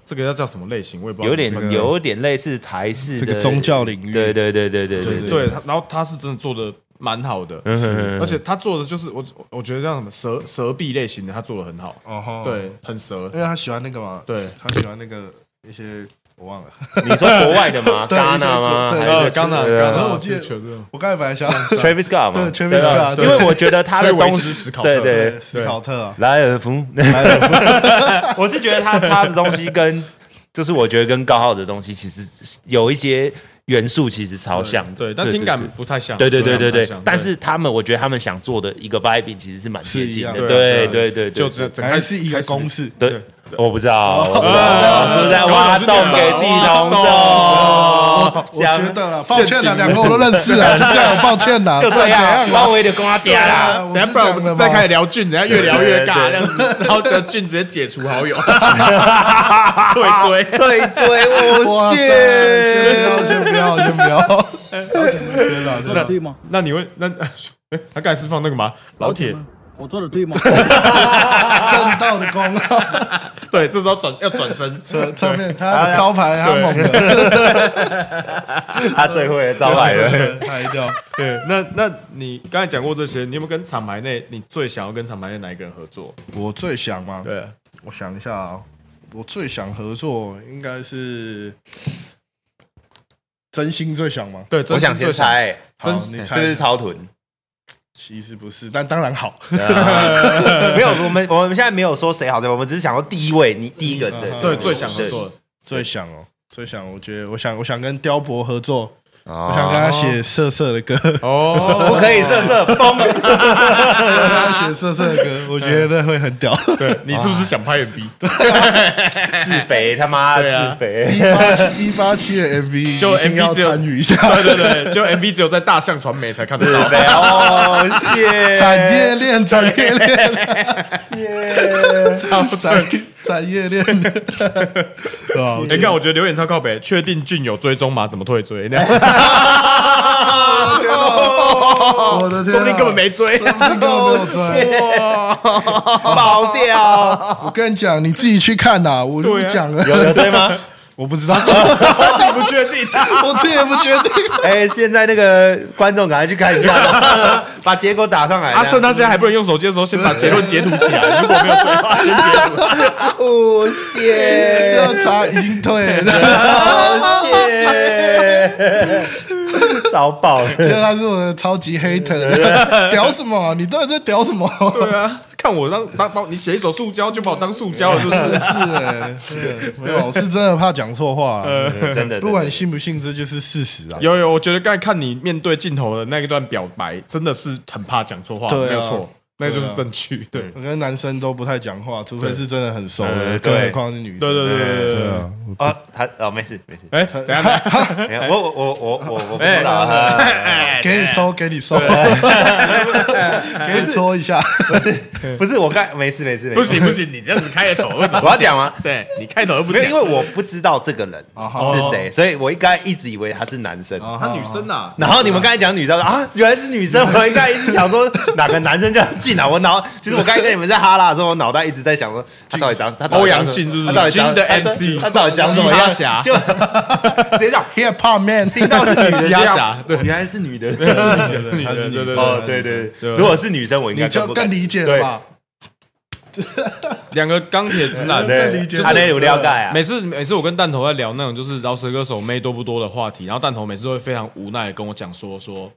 这个要叫什么类型我也不知道，有点有点类似台式这的个宗教领域，对对对对对对对对对，他然后他是真的做的蛮好的，嗯而且他做的就是我我觉得叫什么蛇蛇臂类型的，他做的很好，哦吼对，，很蛇因，为他喜欢那个嘛，对他喜欢那个一些我忘了。 你说国外的吗？ 对戛纳吗？对还呃，是刚才对刚啊然才哦后我记得球这种我刚才本来想 Travis Scott 嘛，对，Travis 吧 Scott，对因为我觉得他的东西，思考，对对对，斯考特啊，莱尔夫，我是觉得他他的东西跟就是我觉得跟高浩的东西其实有一些元素其实超像的，对，但听感不太像。对对对对不太对像，但是他们我觉得他们想做的一个 vibing 其实是蛮接是一近样的，的对对对对，就这这整还个是一个公式，对，我不知道，我不知啊道，是不是在讲挖老师洞给自己同手，我觉得啦，抱歉啦，两个我都认 识啊，就这样，抱歉啦，就不这然怎样，啊样稍啦？微的瓜对加啦。啊，等下不然我们再开始聊俊，等下越聊越尬这样子， 然后这俊直接解除好 友，退追。对追哇塞，先不要，先不要， 先不要，真做的的，对吗？那你会那哎他刚才是放那个嘛老铁，我做的对吗？正道的功啊， 对，这时候转要转身，侧面他的招牌他猛的，他最会的招牌了。他一掉。对，那那你刚才讲过这些，你有没有跟厂牌内你最想要跟厂牌内哪一个人合作？我最想嘛，对，我想一下啊，我最想合作应该是真心最想吗？对，我真心想先最想猜，好真你是猜不是超臀？其实不是，但当然好。 没有，我们我们现在没有说谁好谁，我们只是想说第一位，你第一个嗯对是最想合作的，最想哦，最想，我觉得我想，我想跟雕博合作，哦我想跟他写色色的歌，哦，不可以色色崩。我想跟他写色色的歌，我觉得会很屌。对你是不是想拍远 B？自肥他妈对啊自肥， 一八七一八七的 MV 就一定要 MV 只有参与一下， 对对对， 就 MV 只有在大象传媒才看得自到。肥哦，谢产业链，产业链，超赞产产业链，对吧？我哎，看，我觉得留言超靠北，确定俊有追踪吗？怎么退追？那样 我的天啊，说不定根本没追。说不定根本没有追。爆掉，我跟你讲，你自己去看呐，我就不对啊讲了，有有对吗？我不知道，自己不确定，我自己也不决定。哎，现在那个观众赶快去看一 下，把结果打上来。 啊阿趁他现在还不能用手机的时候，先把结论截图起 来。如果没有追的话，先截图。哦， 谢这查已经退了，哦 谢，糟爆了。觉得他是我的超级 hater，屌什么？啊你到底在屌什么？对啊，看我当当帮你写一首塑胶，就把我当塑胶了，是不真是？的是哎，真的没有，我是真的怕讲错话啊。 真的，不管你信不信，这就是事实啊。 有有，我觉得刚才看你面对镜头的那一段表白，真的是很怕讲错话，对啊没有错，那就对是啊证据。对我跟男生都不太讲话，除非是真的很熟呃的，对更何况是女生。哎对对对对对对对。啊，哦，他哦，没事 没事，哎，等一下等一 下，没有我我我我我我不知哎道啊，给你收，给你收， 给你搓一下。不是我刚没事没事，没哎事不行不，行，你这样子开头为什么？ 我要讲吗？对你开头又不没讲有，，因为我不知道这个人哦是谁，所以我应该一直以为他是男生。啊她女生啊呐，然后你们刚才讲女生啊，原来是女生，我应该一直想说哪个男生叫进来。我脑其实我刚才跟你们在哈拉的时候，我脑袋一直在想说他到底长他到底长欧阳靖是不是他到底长新的他到 MC 他到底讲什么样？嘻哈侠就 直接讲 Hip Hop Man，听到是女的，嘻哈侠这样哦原来是女的，是女的。女她是的女对对生对哦，对对对对，如果是女生，我应该你就不敢更理解了吧？两个钢铁直男，对对？更理解阿雷有料盖啊，每次每次我跟弹头在聊那种就是饶舌歌手妹多不多的话题，然后弹头每次都会非常无奈的跟我讲说说，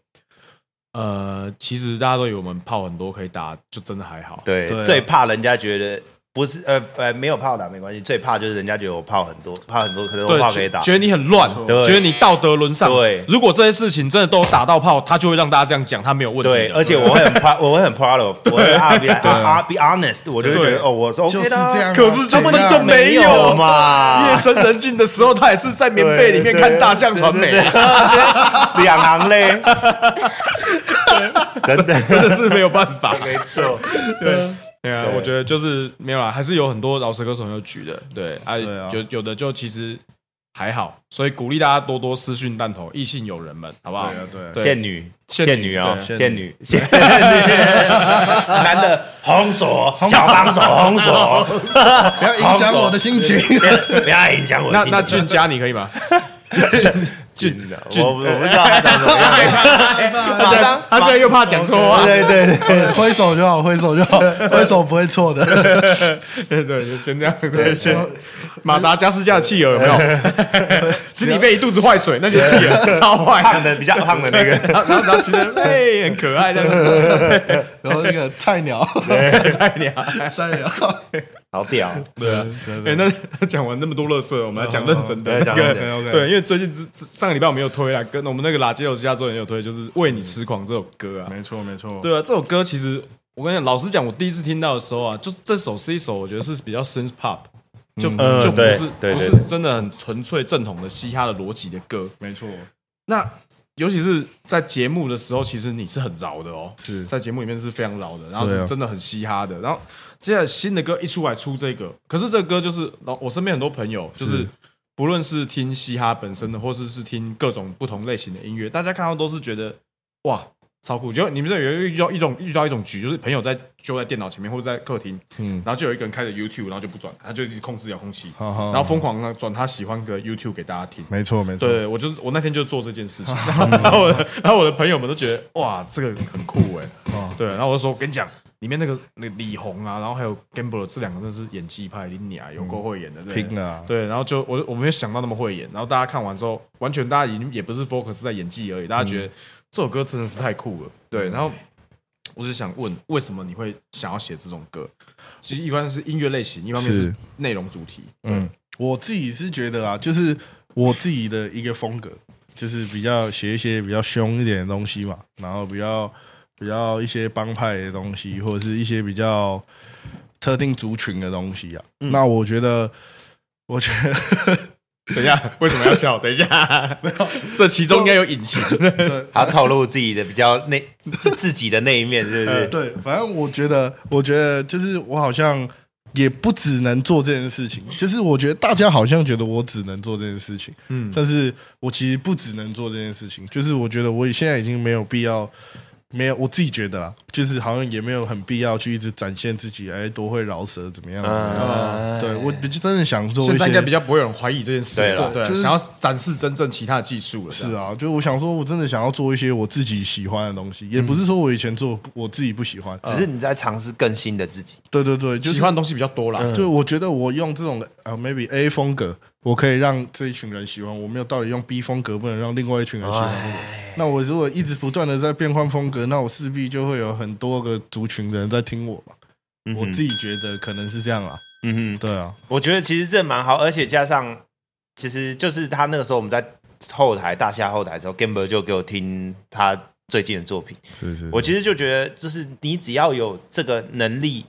呃，其实大家都以为我们炮很多可以打，就真的还好。对对，啊最怕人家觉得不是呃呃没有炮打没关系，最怕就是人家觉得我炮很多，炮很多，可能我对，炮可以打。觉得你很乱，错对觉得你道德沦丧。对如果这些事情真的都有打到炮，他就会让大家这样讲，他没有问题的。对，而且我会很 proud，我会很 proud of，我会 I'll be I'll be honest，我就会觉对得哦，我是啊就 OK 是的啊。这样啊。可是就这不不能是就就没没有有嘛夜深人静的时候，他也是在棉被里面看大象传媒，两行泪，真的 真的是没有办法。没 错，对啊，我觉得就是没有啦，还是有很多饶舌歌手很有举的，对啊，对啊有有的就其实还好，所以鼓励大家多多私讯弹头异性友人们，好不好对？啊，对啊。现女现女啊，对现女现女， 男的红锁小帮手红锁，不要影响我的心情。不要影响我那的心情。 那俊佳你可以吗？ 俊的，我我不知道他呃长什么样。他现在他现在又怕讲错话，对对对， 挥手就好，挥手就好，挥手不会错的。对 对，就先这样，对，先马达加斯加的汽油有 没有？其实里面一肚子坏水，那些汽油超坏 胖的比较胖的那个，然后然后然后其实哎很可爱这样子， 然后那个菜鸟，菜鸟。菜鸟， 好屌。对啊，哎、对，那 讲完那么多乐色，我们来讲认真的对那哦讲个。认真 OK，OK 对，因为最近之之上个礼拜我们有推啦，跟我们那个《垃圾有家之后也有推，就是《为你痴狂》这首歌啊。没错没错，对啊，这首歌其实我跟你讲，老实讲，我第一次听到的时候啊，就是这首是一首我觉得是比较 synth pop，就、嗯就不是对对不是对真的很纯粹正统的嘻哈的逻辑的歌。没错，那尤其是在节目的时候，其实你是很饶的哦，是在节目里面是非常饶的，然后对啊是真的很嘻哈的。然后接下来新的歌一出来出这个，可是这个歌就是，老我身边很多朋友就是。是不论是听嘻哈本身的，或是是听各种不同类型的音乐，大家看到都是觉得哇超酷。就你们这有遇到一种遇到一种局，就是朋友在就在电脑前面或者在客厅，嗯然后就有一个人开着 YouTube，然后就不转，他就一直控制遥控器，好好然后疯狂的转他喜欢的 YouTube 给大家听。没错没错，对，我就是我那天就做这件事情， 然后我的然后我的朋友们都觉得哇，这个很酷哎、哦对，然后我就说，我跟你讲，里面那个那个李红啊，然后还有 Gamble 这两个真是演技派，你俩有够会演的，对拼了啊对，然后就我我没有想到那么会演，然后大家看完之后，完全大家已经也不是 focus 在演技而嗯已，大家觉得这首歌真的是太酷了，对，然后。我就想问，为什么你会想要写这种歌？其实一般是音乐类型，一方面是是内容主题。嗯，我自己是觉得啊，就是我自己的一个风格，就是比较写一些比较凶一点的东西嘛，然后比较比较一些帮派的东西，或者是一些比较特定族群的东西啊。那我觉得，我觉得等一 下，为什么要笑？等一下，这其中应该有隐情。他透露自己的比较内自自己的那一面，是不是？对，反正我觉得，我觉得就是我好像也不只能做这件事情，就是我觉得大家好像觉得我只能做这件事情，嗯，但是我其实不只能做这件事情，就是我觉得我现在已经没有必要。没有，我自己觉得啦，就是好像也没有很必要去一直展现自己，哎，多会饶舌怎么样？嗯对 我就真的想做一些，现在应该比较不会有人怀疑这件事对了，啦对，就是想要展示真正其他的技术了，这是样，啊，就我想说，我真的想要做一些我自己喜欢的东西，也不是说我以前做我自己不喜欢，只是你在尝试更新的自己。对对对，就是喜欢的东西比较多啦。就我觉得我用这种呃 maybe A 风格，我可以让这一群人喜欢，我没有道理用 B 风格不能让另外一群人喜欢哎我。那我如果一直不断的在变换风格，那我势必就会有很多个族群的人在听我嘛。我自己觉得可能是这样啊，嗯嗯哼，对啊，我觉得其实这蛮好，而且加上其实就是他那个时候我们在后台大夏后台的时候，Gamber 就给我听他最近的作品，是是我其实就觉得就是你只要有这个能力。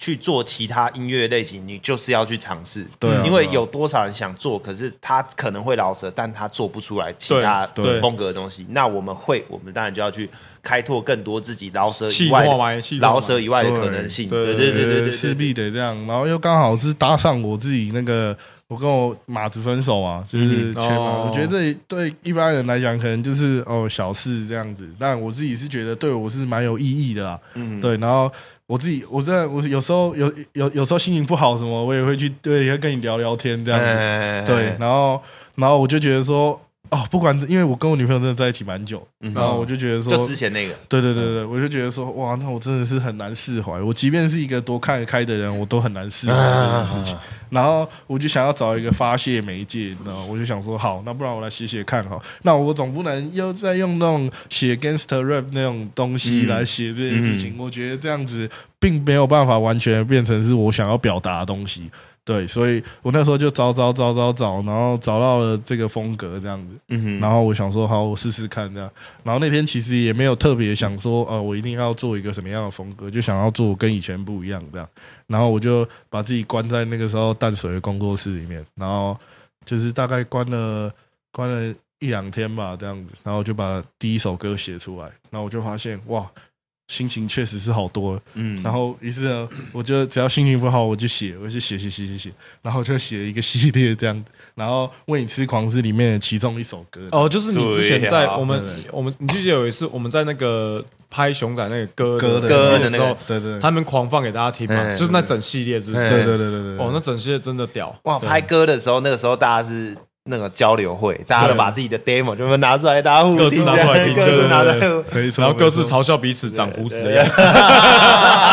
去做其他音乐类型，你就是要去尝试，对啊因为对啊有多少人想做，可是他可能会饶舌，但他做不出来其他对对风格的东西。那我们会，我们当然就要去开拓更多自己饶舌以气外化的嘛，气化嘛饶舌以外的可能性。对对对对对对对，呃势必得这样，然后又刚好是搭上我自己那个。我跟我马子分手啊，就是嗯前马，哦我觉得这对一般人来讲，可能就是哦小事这样子，但我自己是觉得对我是蛮有意义的啊啦。嗯，对，然后我自己，我真的，我有时候有有有时候心情不好什么，我也会去对，也会跟你聊聊天这样子。哎对，，然后然后我就觉得说，哦，不管，因为我跟我女朋友真的在一起蛮久，嗯然后我就觉得说，就之前那个，对对对对，我就觉得说，哇，那我真的是很难释怀。我即便是一个多看得开的人，我都很难释怀这件事情。然后我就想要找一个发泄媒介，然后我就想说，好，那不然我来写写看好。那我总不能又再用那种写 gangster rap 那种东西来写这件事情。我觉得这样子并没有办法完全变成是我想要表达的东西。对，所以我那时候就找找找找找，然后找到了这个风格这样子。嗯然后我想说，好，我试试看这样。然后那天其实也没有特别想说，呃，我一定要做一个什么样的风格，就想要做跟以前不一样这样。然后我就把自己关在那个时候淡水的工作室里面，然后就是大概关了关了一两天吧，这样子。然后就把第一首歌写出来，然后我就发现，哇，心情确实是好多了。嗯然后于是呢，我就只要心情不好，我就写，我就写写写写写，然后就写一个系列这样子。然后《为你痴狂》是里面的其中一首歌。哦，就是你之前在注意啊我们我们，你记不记得有一次我们在那个拍熊仔那个歌歌歌的歌的时那候个，对对他们狂放给大家听嘛，嗯就是那整系列，是不对是？对对对对对，哦，那整系列真的屌，哇，拍歌的时候，那个时候大家是那个交流会，大家都把自己的 demo 全部拿出来，大家互各自拿出来听各自拿出对对 来。没错，然后各自没错嘲笑彼此长胡子的样子。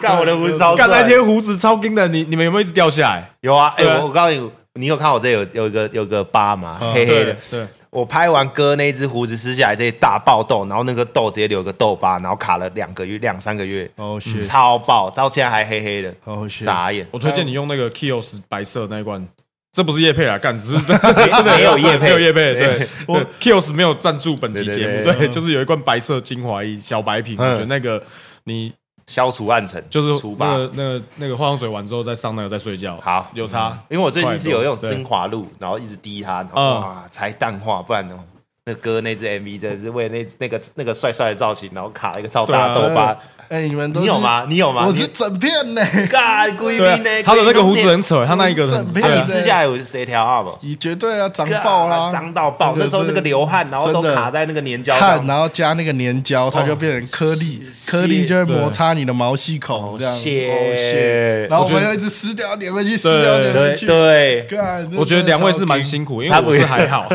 干我的胡子超帅干那天胡子超金的，你你们有没有一直掉下来？有啊，哎、对啊啊我我告诉你，你有看我这有有一个有个疤嘛，黑黑的对。对，我拍完割那一只胡子撕下来，这一大爆痘，然后那个痘直接留个痘疤，然后卡了两个月、两三个月，哦 shit 超爆，到现在还黑黑的，哦 shit 傻眼。我推荐你用那个 Kios 白色那一罐，这不是叶配啦，啊干只 是真的没有业配没有叶配。对，我我 Kios 没有赞助本期对对节目，对对，就是有一罐白色精华液小白瓶，我嗯觉得那个你消除暗沉，就是除那疤。个那个那个化妆水完之后再上那个再睡觉，好嗯有差。因为我最近是有用对精华露，然后一直滴它，然后嗯哇才淡化，不然呢？那哥那只 MV 真的是为了那那个那个帅帅的造型，然后卡了一个超大的对啊痘疤。哎，你们都你是有吗？？你有吗？我你是整片呢， 干贵对啊宾呢？，他的那个胡子贵宾很扯，欸他那一个很整对片那你啊是私下有谁调啊不？你绝对啊，长爆啦，脏到爆！那时候那个流汗，然后都卡在那个粘胶汗，啊上。然后加那个粘胶，它就变成颗粒，颗粒就会摩擦你的毛细孔，这样。谢哦谢然后我们要一直撕掉，粘回去，撕掉，对粘对回去。对，干，我觉得两位是蛮新，辛苦，因他为不我是还 好，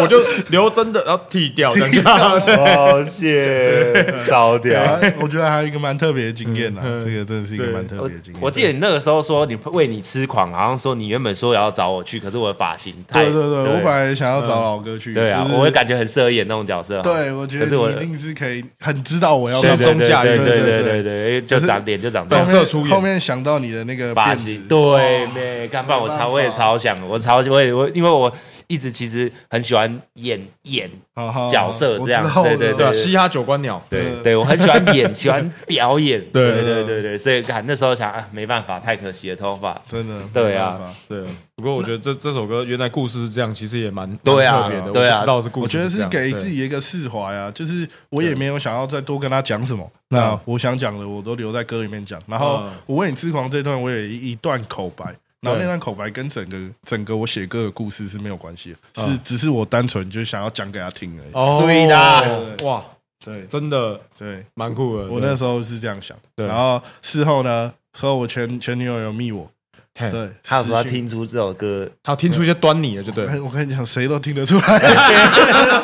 我就留真的要剃掉，这样对好 谢，啊糟掉然后我觉得还有一个蛮特别的经验啦，这个真的是一个蛮特我别的经验。我记得你那个时候说你为你痴狂，好像说你原本说也要找我去，可是我的发型太……对对对，我本来想要找老哥去，对啊，就是我会感觉很适合演那种角色。对，我觉可是得我你一定是可以很知道我要对干放嘛松驾驭对对对对对，就长脸就长这对样角色出演后面想到你的那个发辫子型，，对哦，没干饭，我没办超法我也超想，我超我也我，因为我一直其实很喜欢演演，好好好角色这样我知道对我知道对啊，嘻哈九官鸟，对嗯对，我很喜欢演，喜欢表 演，对对对对对，所以看那时候想啊，没办法，太可惜了，头发。真的对啊没办法对，不过我觉得这这首歌原来故事是这样，其实也蛮对啊蛮特别的，对啊我不知道是故我事觉得这是样，给自对己一个释怀啊，就是我也没有想要再多跟他讲什么，那我想讲的我都留在歌里面讲。然后嗯我为你痴狂这段，我有一一段口白，然后那段口白跟整个整个我写歌的故事是没有关系的，是只是我单纯就想要讲给他听而已。哦 Sweet 啊哇，对真的对，蛮酷的。我那时候是这样想，对然后事后呢，和我前前女友有密我，对嘿对，他有说他私讯听出这首歌，他听出一些端倪了，就 对，哎我跟你讲，谁都听得出来，啊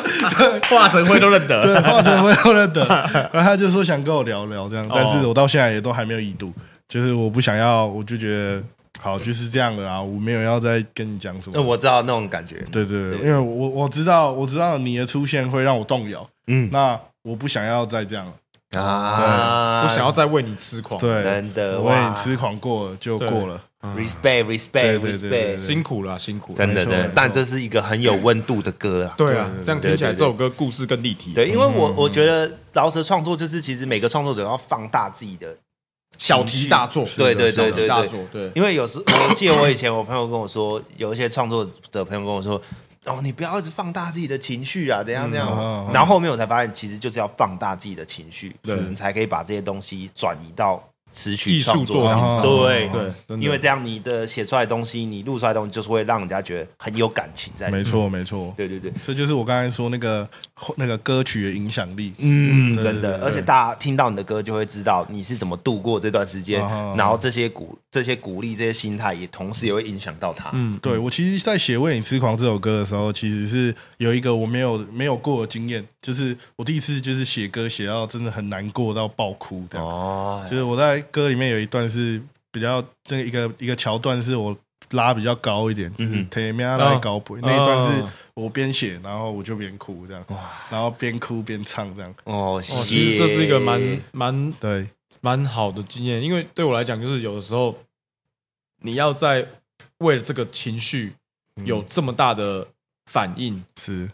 化成灰都认对， 得。化成灰后认得。然后他就说想跟我聊聊这样，但哦是我到现在也都还没有已读，就是我不想要，我就觉得好就是这样了啊，我没有要再跟你讲什那么。我知道那种感觉。对对对，因为我我知道我知道你的出现会让我动摇，嗯那我不想要再这样了。我想要再为你痴狂，对，啊真的我哦为哇你痴狂过了就过了， ，respect 对 respect 对对对 respect，对辛苦了，辛苦了。真的没错真的没错，但这是一个很有温度的歌啊。对啊对，对这样听起来对对对这首歌故事更立体。啊对，因为我我觉得饶舌创作就是其实每个创作者要放大自己的小题大做，是的对对小题对对大对做，对，因为有时 我记得我以前我朋友跟我说，有一些创作者朋友跟我说。哦，你不要一直放大自己的情绪啊，怎样怎样。嗯嗯嗯然后后面我才发现，其实就是要放大自己的情绪，对你才可以把这些东西转移到词曲艺术创作上。品上对嗯对，真的因为这样你的写出来的东西，你录出来的东西，就是会让人家觉得很有感情在里面。没错没错，对对对，这就是我刚才说那个那个歌曲的影响力。嗯，对真对的，对而且大家听到你的歌就会知道你是怎么度过这段时间，哦然后这些鼓、这些鼓励、这些心态也同时也会影响到他。嗯，对我其实，在写《为你痴狂》这首歌的时候，其实是有一个我没有没有过的经验，就是我第一次就是写歌写到真的很难过到爆哭这样。哦，就是我在歌里面有一段是比较那一个一个桥段，是我拉比较高一点，就是嗯哼铁面来高不、那一段是哦我边写，然后我就边哭这样，然后边哭边唱这样。哦，哦其实这是一个蛮蛮对，蛮好的经验，因为对我来讲，就是有的时候你要在为了这个情绪有这么大的反应，嗯是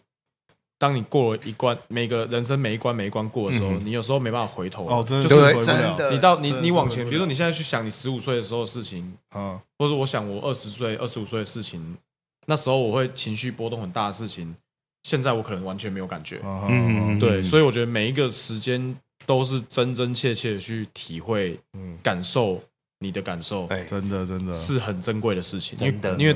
当你过了一关，每个人生每一关每一关过的时候，嗯你有时候没办法回头哦，真的就是对回不真了的你到你真的是你往回前，不比如说了你现在去想你十五岁的时候的事情，啊，或者我想我二十岁、二十五岁的事情，那时候我会情绪波动很大的事情，现在我可能完全没有感觉。嗯嗯对，所以我觉得每一个时间都是真真切切的去体会、嗯，感受你的感受，哎，真的真的是很珍贵的事情。因为真的因为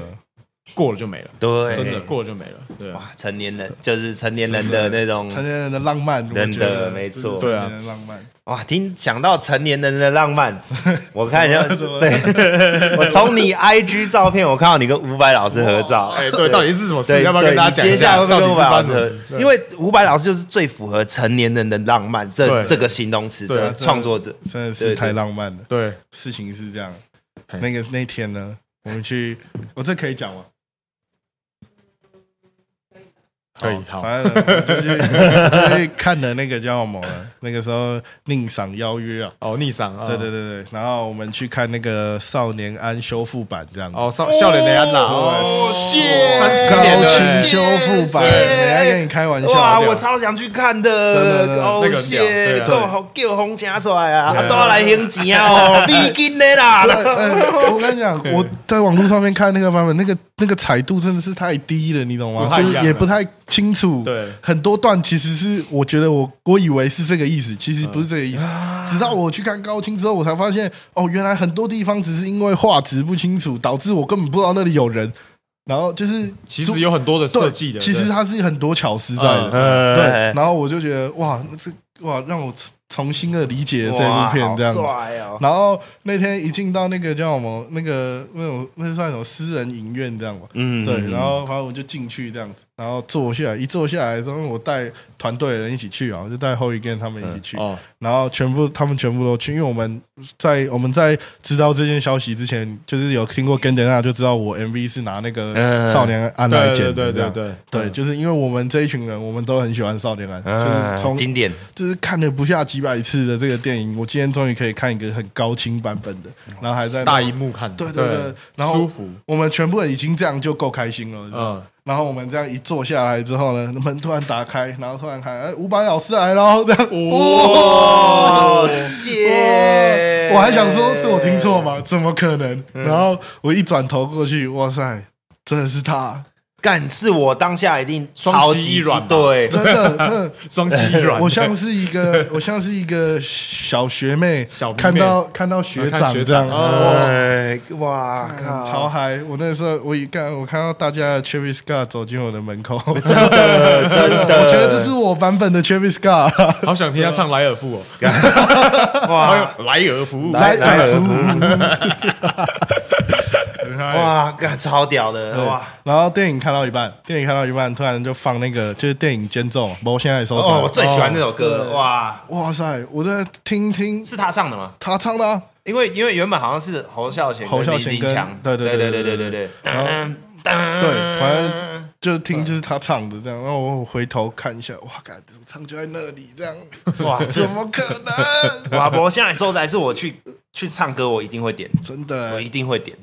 过了就没了，对，真的过了就没了。对啊，哇，成年人就是成年人的那种成年人的浪漫，我嗯真的觉得没错这是对成啊年人的浪漫，哇，听想到成年人的浪漫，我看一下，怎么了对我从你 IG 照片，我看到你跟伍佰老师合照，哎， 对，到底是什么事？对，要不要对跟大家你讲接一下来会不到会底跟伍是佰发老生什么师事？对？因为伍佰老师就是最符合成年人的浪漫这对这个形容词对啊的对创作者，真对的嗯是对太浪漫了。对，事情是这样，嘿那个那天呢，我 们去，我这可以讲吗？可以好，反正呢 就去就去看了那个叫什么了，那个时候宁赏邀约啊，哦，逆商嗯啊，对对对对，然后我们去看那个少年安修复版这样子，哦，少笑脸的安娜，哦哦，谢三十年高的清欸修复版，谢谢人家跟你开玩笑，哇，对啊我超想去看真的的，哦那个很屌对谢啊，够好叫红夹出来啊，对啊都要来赢钱 啊哦，必经的 啦，对呃我跟你讲，我在网络上面看那个版本，那个那个彩度真的是太低了，你懂吗不？太就一样是也不太清楚。对很多段其实是我觉得我我以为是这个意思，其实不是这个意思。直到我去看高清之后，我才发现哦，原来很多地方只是因为画质不清楚，导致我根本不知道那里有人。然后就是其实有很多的对设计的，其实对它是很多巧思在的。呃对，然后我就觉得哇，这哇让我重新的理解了这哇部片这样子。好帅哦，然后那天一进到那个叫什么那个那种那算什么私人影院这样吧，嗯对，然后反正我就进去这样子，然后坐下来一坐下来之后，我带团队的人一起去啊，我就带 Holy Gan 他们一起去，哦，然后全部他们全部都去，因为我们在我们在知道这件消息之前，就是有听过 Gan 那就知道我 MV 是拿那个嗯少年安来对剪对的对这对样，对对，就是因为我们这一群人，我们都很喜欢少年安，嗯就是从哎经典，就是看了不下几百次的这个电影，我今天终于可以看一个很高清版本的，然后还在那哦大荧幕看，对对对然后舒服，我们全部人已经这样就够开心了。嗯，嗯，然后我们这样一坐下来之后呢，门突然打开，然后突然喊：“哎，伍佰老师来喽！”这样，哦哦哇！谢，我还想说是我听错吗？怎么可能？嗯然后我一转头过去，哇塞，真的是他，干，是我当下一定双膝超级一软嘛对，真的，真的。双膝一软，我像是一个，我像是一个小学妹，小迷妹看到看到学看长学这样，长哦哇哎哇靠，超嗨！我那时候我一看，我看到大家的 Travis Scott 走进我的门口， 我真的真的，觉得这是我版本的 Travis Scott， 好想听他唱莱尔富 哦，哇莱尔服务，来来来来服务，很嗨。哇干超屌的对哇！然后电影看到一半，电影看到一半，突然就放那个就是电影间奏，我现在也收哦，我着。最喜欢这首歌，哇，哇塞！我在听听是他唱的吗？他唱的啊，因为因为原本好像是侯孝贤、侯孝贤林跟金强，对对对对对对对对，然后噔噔对反正就是听就是他唱的这样。然后我回头看一下，哇，感怎么唱就在那里这样，哇，这怎么可能？瓦博现在收宅是我去去唱歌，我一定会点，真的欸，我一定会点，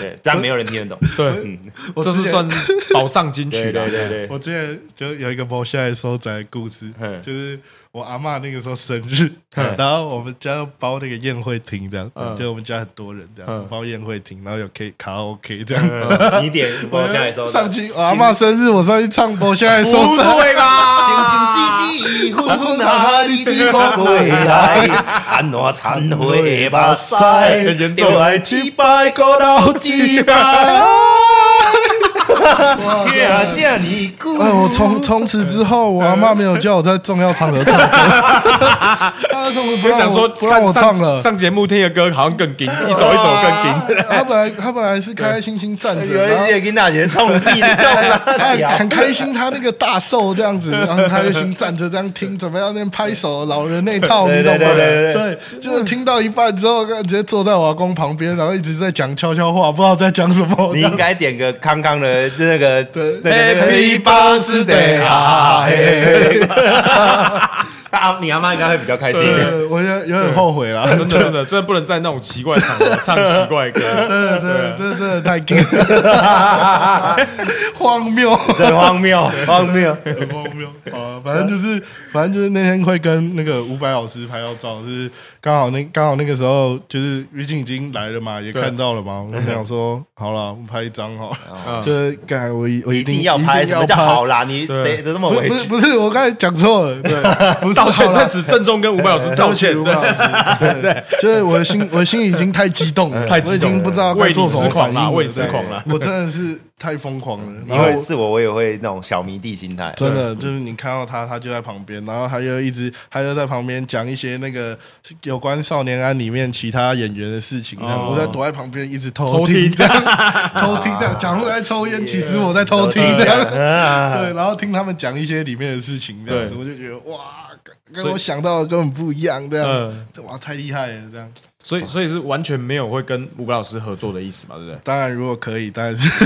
对，但没有人听得懂，对，我这之是前算是宝藏金曲 了，对我之前就有一个某下来收宅的故事嗯，就是我阿嬷那个时候生日，嗯然后我们家要包那个宴会厅这样，嗯就我们家很多人这样嗯包宴会厅，然后有 K 卡拉 OK 这样。嗯你点我我现在收宅上去，我阿嬷生日，我上去唱某下来收不宅，啊对吧？清清兮兮，昏昏哈哈，你只个过来，安怎忏悔的目很屎，严重就来一摆，搁到一摆，听这尼久。哎，我从从此之后，我阿嬷没有叫我在重要场合 唱歌，她从此不就让想我说不让我看唱上了。上节目听的歌好像更劲，一首一首更 劲，她本来她本来是开开心心站 着，有然后一些跟大姐冲屁的动啥哎，小很开心，他那个大寿这 样子，然后他就先站着这样听，准备要那边拍手，老人那套，你对懂对对吗？对对，就是听到一半之后，直接坐在我阿公旁边，然后一直在讲悄悄话，不知道在讲什么。你应该点个康康的那个那个那个 Happy birthday 啊嘿嘿嘿大，你阿妈应该会比较开心。对，我有点有点后悔了， 真的真的真的不能在那种奇怪的场合唱奇怪的 歌，对对对，真的太 gay 荒谬。很荒谬，荒谬。很荒谬啊！反正就是，反正就是那天会跟那个伍佰老师拍到照，就是刚好那刚好那个时候，就是毕竟已经来了嘛，也看到了嘛，我们想说好了，我们拍一张好了。嗯就是刚才我一我哦一定定要拍，一定什要么叫拍好啦？你谁对都这么不委是屈 不是？不是，我刚才讲错了，对，不是道歉，在此郑重跟伍佰老师道歉。对不起吴老师， 对，就是我的心，我的心已经太激动了，太激我已动了经不知道该为你做什么痴狂反啦应为你痴对狂啦我真的是太疯狂了，因然后为是我，我也会那种小迷弟心态，真的就是你看到他，他就在旁边，然后他又一直，他又在旁边讲一些那个有关《少年安》里面其他演员的事情，这样、哦我在躲在旁边一直偷偷听这样，偷听这样，讲出来抽烟，其实我在偷听 这样，对，然后听他们讲一些里面的事情，这样子，啊对我就觉得哇，跟所跟以我想到的根本不一样，这样嗯，这哇太厉害了，这样。所以，所以是完全没有会跟伍佰老师合作的意思嘛，对不对？当然，如果可以，但是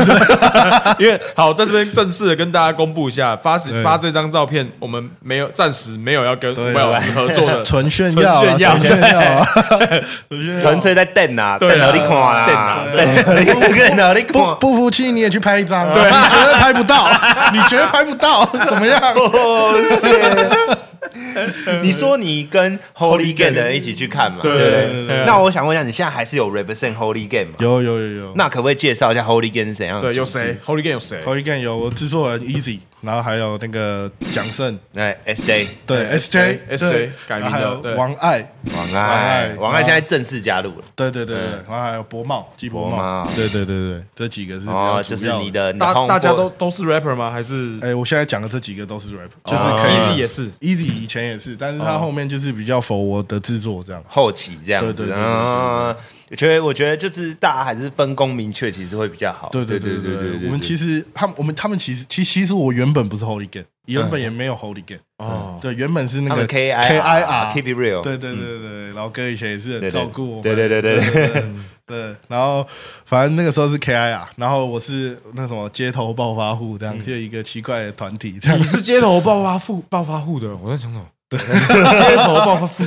因为好，在这边正式的跟大家公布一下，发发这张照片，我们没有暂时没有要跟伍佰老师合作的， 纯炫耀啊，纯炫耀纯炫耀啊，纯炫耀纯粹在瞪啊，瞪对啊到你看啊，对瞪啊到你瞪到你 不看。不服气你也去拍一张，对，你绝对拍不到，你绝对拍不到，怎么样？哦，是你说你跟 Holy Game 的人一起去看嘛？对对不对对那我想问一下，你现在还是有 represent Holy Game 吗？有有有有，那可不可以介绍一下 Holy Game 是怎样的？对，有谁？？Holy Game 有谁？头一个有我制作人 Easy，然后还有那个蒋胜，来，SJ 对 SJ SJ 对改名的然后还有对王爱，王爱爱，王爱然后现在正式加入了。对对对对，然后还有博茂季博博茂茂，对对对对，这几个是比较哦，主就是要你。的，你的大 homeboy 大家都都是 rapper 吗？还是哎，我现在讲的这几个都是 rap，就是可以哦 Easy 也是？ Easy 以前也是，但是他后面就是比较否我的制作这样。后期这样子。对对对对对嗯我觉得，我觉得就是大家还是分工明确，其实会比较好。对对对对对对对我们其实他们我们他们其实其其实我原本不是 Holy Game，原本也没有 Holy Game，哦，对，原本是那他个们 K I K I R Keep It Real，对对对对，老哥以前也是很对对照顾我们，对对对对对对对。然后反正那个时候是 K I 啊，然后我是那什么街头暴发户这样，就一个奇怪的团体这样你。是街头暴发户暴发户的，我在想什 么？街头暴发户，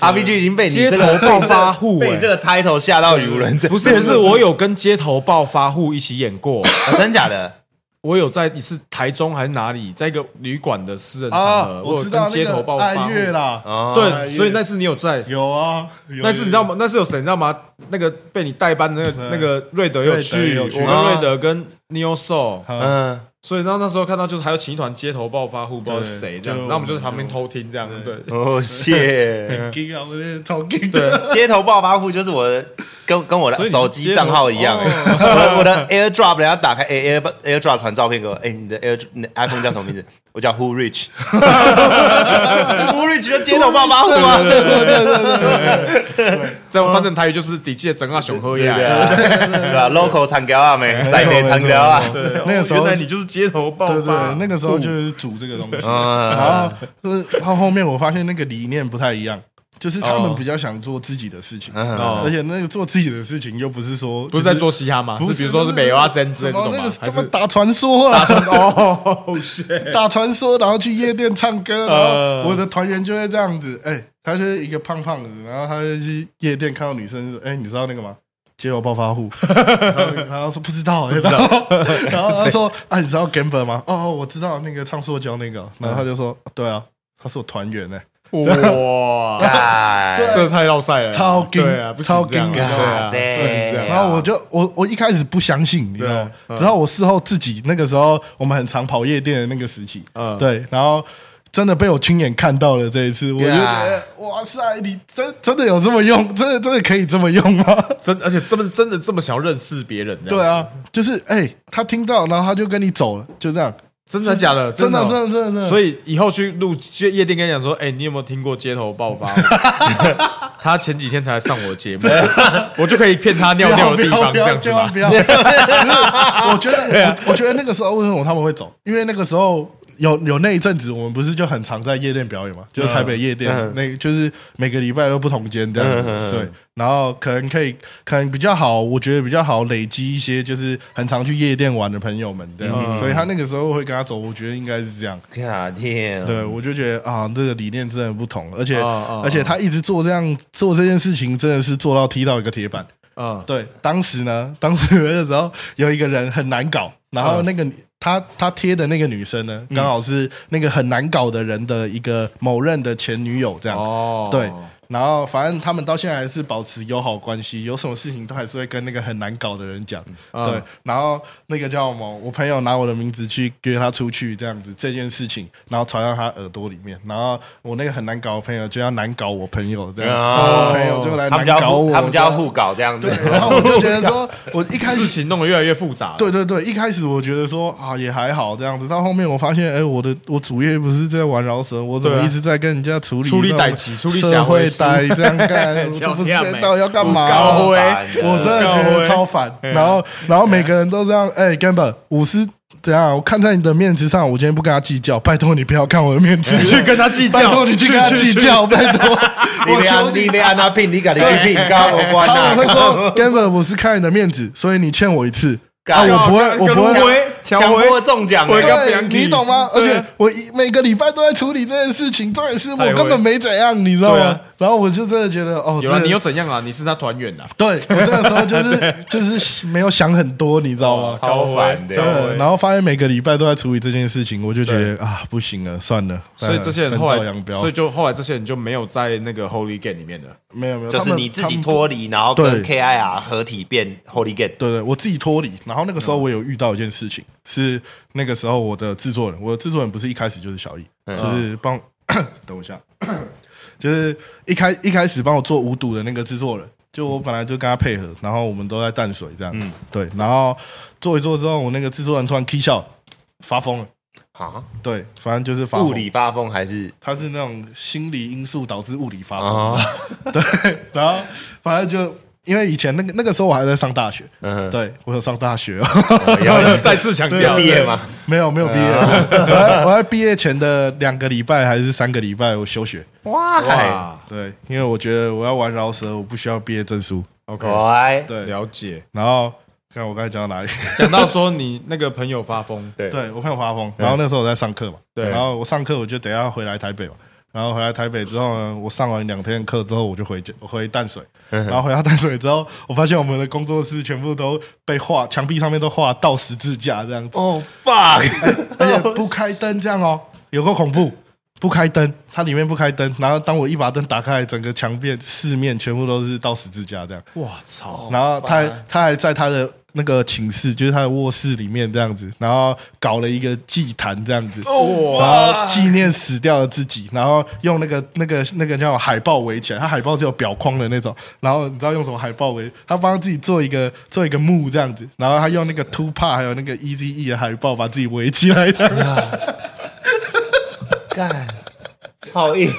，RPG 已经被你这街个头暴发户被你这个 title 吓到语无伦次，不是不是，我有跟街头暴发户一起演过， 啊真假的？我有在一次台中还是哪里，在一个旅馆的私人场啊，合，我有知跟道那街头个暴发爱户。乐啦，哦，对，爱乐所以那次你有在，有啊，有那次你知道？吗？那次有谁你知道吗？那个被你代班的那个对那个瑞德有去，瑞德我有去跟啊瑞德跟 Neo Soul，有啊嗯，所以然后那时候看到就是还有请一团街头暴发户，不知道对是谁这样子，然就后我们就在旁边偷听这样，对哦，谢。很 gay 啊，我那超 gay 对的。，街头暴发户就是我的，跟跟我所的以你是手机账号一样，街头我的我的 AirDrop，人家打开 Air Air- AirDrop 传照片给我，哎，你的 Air 你的 iPhone 叫什么名字？我叫 Who Rich，Who Rich 就街头暴发户啊，在我翻成台语就是底界整个熊喝呀，对啊，对吧？Local 产条啊，没在地产条啊，对，没错那个时候哦原来你就是街头啊暴对发对，，那个时候就是煮这个东西。然嗯后，呃到后面我发现那个理念不太一样，就是他哦们比较想做自己的事情，哦而且那个做自己的事情又不是说不是在做，嘻哈吗？就是比如说是美蛙针之类什这么种吗那个？还什么是打传说打啦，成 哦， 打传说，然后去夜店唱歌，然呃后我的团员就会这样子，哎，他就是一个胖胖的，然后他就去夜店看到女生，说，哎，你知道那个吗？街友暴发户， 然后然后说不知道，不知道，然后他说啊，你知道 Gamber 吗？哦，哦我知道那个唱塑胶那个，然后他就说对啊，他是我团员欸呢，哇，哎 这太绕赛了，超劲对啊，不行这样超劲啊对啊，对不行这样对啊。然后哦我就我我一开始不相信，你知道吗？对嗯直到我事后自己那个时候，我们很常跑夜店的那个时期，嗯对，然后真的被我亲眼看到了这一次，我就对觉啊得哇塞，你真真的有这么用，真的真的可以这么用吗？ 真而且这么真的这么想要认识别人，对，啊，就是哎、他听到，然后他就跟你走了，就这样，真的假的？真的哦真的真的真的，所以以以后去录去夜店，跟你讲说，哎、你有没有听过街头爆 发？他前几天才来上我的节目， 我就可以骗他尿尿的地方，不这要样不子要吗不？要，不要不 是我觉啊得我我觉得那个时候为什么他们会走，因为那个时候。有有那一阵子，我们不是就很常在夜店表演嘛？就是台北夜店，嗯那就是每个礼拜都不同间这样子。嗯嗯嗯对，然后可能可以，可能比较好，我觉得比较好累积一些就是很常去夜店玩的朋友们这嗯样。所以他那个时候会跟他走，我觉得应该是这样。 God damn 对，我就觉得啊，这个理念真的不同，而且、哦哦而且他一直做这样做这件事情，真的是做到踢到一个铁板。嗯，对，当时呢，当时那时候有一个人很难搞，然后那个女、他他贴的那个女生嗯呢，刚好是那个很难搞的人的一个某任的前女友这样。哦对，然后反正他们到现在还是保持友好关系，有什么事情都还是会跟那个很难搞的人讲。嗯对，然后那个叫什么，我朋友拿我的名字去约他出去，这样子这件事情，然后传到他耳朵里面，然后我那个很难搞的朋友就要难搞我朋友这样子，哦我朋友就来他们难家搞互我，他们家互搞这样子对，，然后我就觉得说， 我一开始事情弄得越来越复杂了。对对对，一开始我觉得说啊也还好这样子，到后面我发现，哎，我的我主业不是在玩饶舌，我怎么对啊一直在跟人家处理处理这种歹疾处理社社会会歹这 样干，这这样不是欸知道要干嘛搞啊？我我真的觉得超烦。嗯然后然后每个人都这样，哎，Gamber 五十怎样？我看在你的面子上，我今天不跟他计较，拜托你不要看我的面子，你哎去跟他计拜较，托你去跟他 计较，拜托，我求你 你。被安娜聘，你敢你聘，跟我关他们会 啊！说，Gamber，我是看你的面子，所以你欠我一次。啊，干我不会，跟我不跟会路辉强迫中奖我欸，刚不想对，提你懂吗？而对且啊我一每个礼拜都在处理这件事情，重点是我太会根本没怎样，你知道对吗啊？然后我就真的觉得，哦，有啊，真的你又怎样啊？你是他团员啊，对 我那个时候就是就是没有想很多，你知道哦吗？超烦真的。欸的，然后发现每个礼拜都在处理这件事情，我就觉得啊，不行了，算了。所以这些人分后道来扬，镳所以，就后来这些人就没有在那个 Holy Game 里面 了。没有没有，就他是们你自他己们脱离，然后对跟 KIR 合体变 Holy Get，对对，我自己脱离。然后那个时嗯候我有遇到一件事情，是那个时候我的制作人，我的制作人不是一开始就是小易，嗯就是帮 等我一下，就是一开一开始帮我做无毒的那个制作人，就我本来就跟他配合，然后我们都在淡水这样嗯子，对，然后做一做之后，我那个制作人突然 K 笑，发疯了，啊，对，反正就是发疯物理发疯还是他是那种心理因素导致物理发疯，啊？ 对，然后反正就因为以前那个那个时候我还在上大学，嗯，对我有上大学哦。要再次强要啊调，毕业吗？ 没有没有毕业，我在我在毕业前的两个礼拜还是三个礼拜我休学，哇，哇对，因为我觉得我要玩饶舌，我不需要毕业证书， ，OK，乖，对。了解。然后看我刚才讲到哪里，讲到说你那个朋友发疯，对 对我朋友发疯，然后那时候我在上课嘛，对然后我上课我就等一下回来台北嘛，然后回来台北之后呢，我上完两天课之后我就回家回淡水，然后回到淡水之后，我发现我们的工作室全部都被画墙壁上面都画倒十字架这样子，哦，fuck，而且不开灯这样哦，有够恐怖。不开灯，它里面不开灯，然后当我一把灯打开，整个墙面四面全部都是倒十字架这样，哇操！然后他还他还在他的那个寝室，就是他的卧室里面这样子，然后搞了一个祭坛这样子，然后纪念死掉的自己，然后用那个那个那个叫海报围起来，他海报只有表框的那种，然后你知道用什么海报围？他帮自己做一个做一个幕这样子，然后他用那个 Two p a 还有那个 e z e 的海报把自己围起来的，干， 好硬，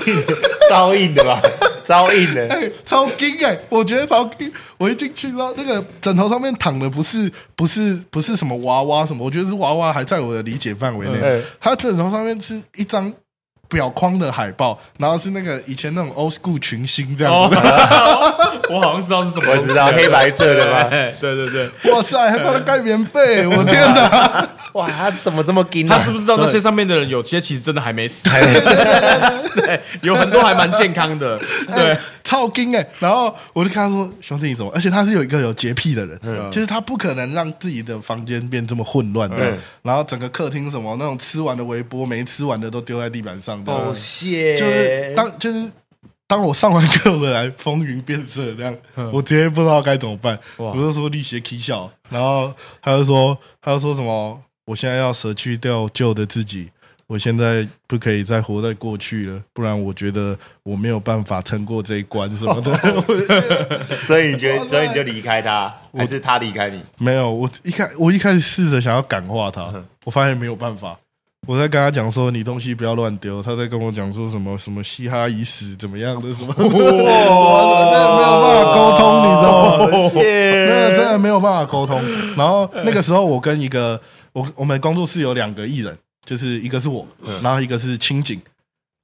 超硬的吧，超硬的，超惊哎、我觉得超惊！我一进去之后，那个枕头上面躺的不是不是不是什么娃娃什么，我觉得是娃娃还在我的理解范围内嗯。他枕头上面是一张表框的海报，然后是那个以前那种 old school 群星这样子 哦，我好像知道是什么我东西，啊知道黑白色的 吧？哎对对对，哇塞，还帮他盖棉被，我天哪！哇，他怎么这么硬啊？他是不是知道那些上面的人有些其实真的还没死？ 对，有很多还蛮健康 的。对，超惊哎！然后我就跟他说：“兄弟，你怎么？”而且他是有一个有洁癖的人，就是他不可能让自己的房间变这么混乱的嗯。然后整个客厅什么那种吃完的微波没吃完的都丢在地板上，这样哦，谢，嗯就是当就是当我上完课回来，风云变色这样，我直接不知道该怎么办。我就说力学 K 笑，然后他就说他就说什么，我现在要舍去掉旧的自己。我现在不可以再活在过去了，不然我觉得我没有办法撑过这一关什么的。我就觉得所以你觉得，所以你就离开他，还是他离开你？没有，我一开我一开始试着想要感化他，嗯我发现没有办法。我在跟他讲说你东西不要乱丢，他在跟我讲说什么什么嘻哈已死怎么样 的什么的，我真的没有办法沟通，你知道吗？谢，那个真的没有办法沟通。然后那个时候我跟一个我我们工作室有两个艺人，就是一个是我，然后一个是清景。嗯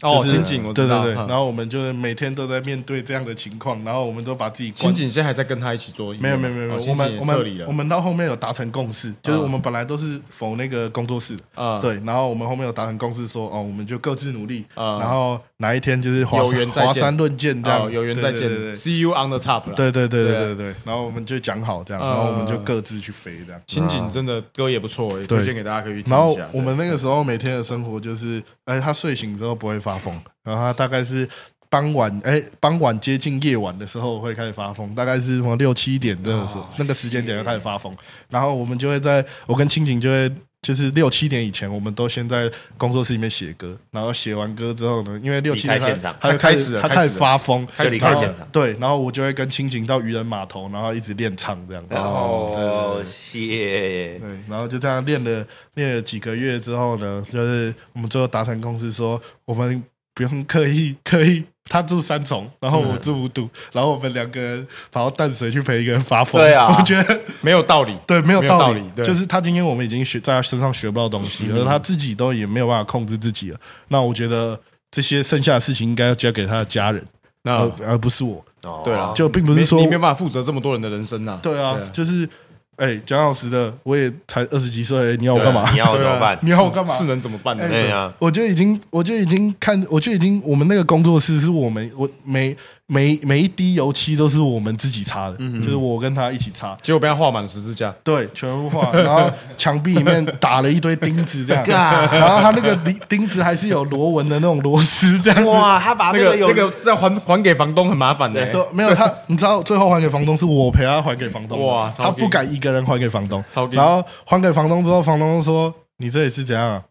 哦，就是清景我对知对道。对，嗯然后我们就是每天都在面对这样的情况，然后我们都把自己清关景现在还在跟他一起做音乐没吗，有没哦有没有，没有，我清景们也我撤离们我了。们到后面有达成共识，就是我们本来都是否那个工作室的，啊对，然后我们后面有达成共识说，哦，我们就各自努力，啊然后哪一天就是华有山缘再见华山论剑这哦，样，有缘对再对见对对，See you on the top 啦。对对对对对啊对对，然后我们就讲好这样，啊然后我们就各自去飞这样。清景真的歌也不错，也对推荐给大家可以去听然一后下。我们那个时候每天的生活就是，哎，他睡醒之后不会发疯，然后他大概是傍晚，哎、傍晚接近夜晚的时候会开始发疯，大概是什么六七点这种时候、那个时间点会开始发疯。然后我们就会在，我跟青景就会，就是六七点以前，我们都先在工作室里面写歌，然后写完歌之后呢，因为六七点离开现场他他就开始开始了他开开始始发疯，开始离开然后现场对，然后我就会跟青景到渔人码头，然后一直练唱这样。哦，谢，对，然后就这样练了练了几个月之后呢，就是我们最后达成共识说，我们不用刻意 刻意，他住三重，然后我住五堵，然后我们两个人跑到淡水去陪一个人发疯。对啊 我觉得没有道理，对没有没有道道理对嗯就是他今天我们已经学在他身上学不到东西，而他自己都也没有办法控制自己了。那我觉得这些剩下的事情应该要交给他的家人，而、那而不是我。哦对了，就并不是你说嗯你没有办法负责这么多人的人生呐。对啊，就是哎，蒋老师的，我也才二十几岁，你要我干嘛？你要我怎么办？ 你要我干嘛？啊是能怎么办呢？对啊呀，哎我就已经，我就已经看，我就已经，我们那个工作室是我们，我每每每一滴油漆都是我们自己擦的，嗯就是我跟他一起擦，结果被他画满了十字架，对，全部画，然后墙壁里面打了一堆钉 子这样，然后他那个钉钉子还是有螺纹的那种螺丝这样子，哇，他那把啊那个个有哦那个再还还给房东很麻烦的，都没有他， 你知道最后还给房东是我陪他还给房东的，哇超他不敢一个人还给房东超，劲然后还给房东之后，房东说：“你这里是怎样啊？”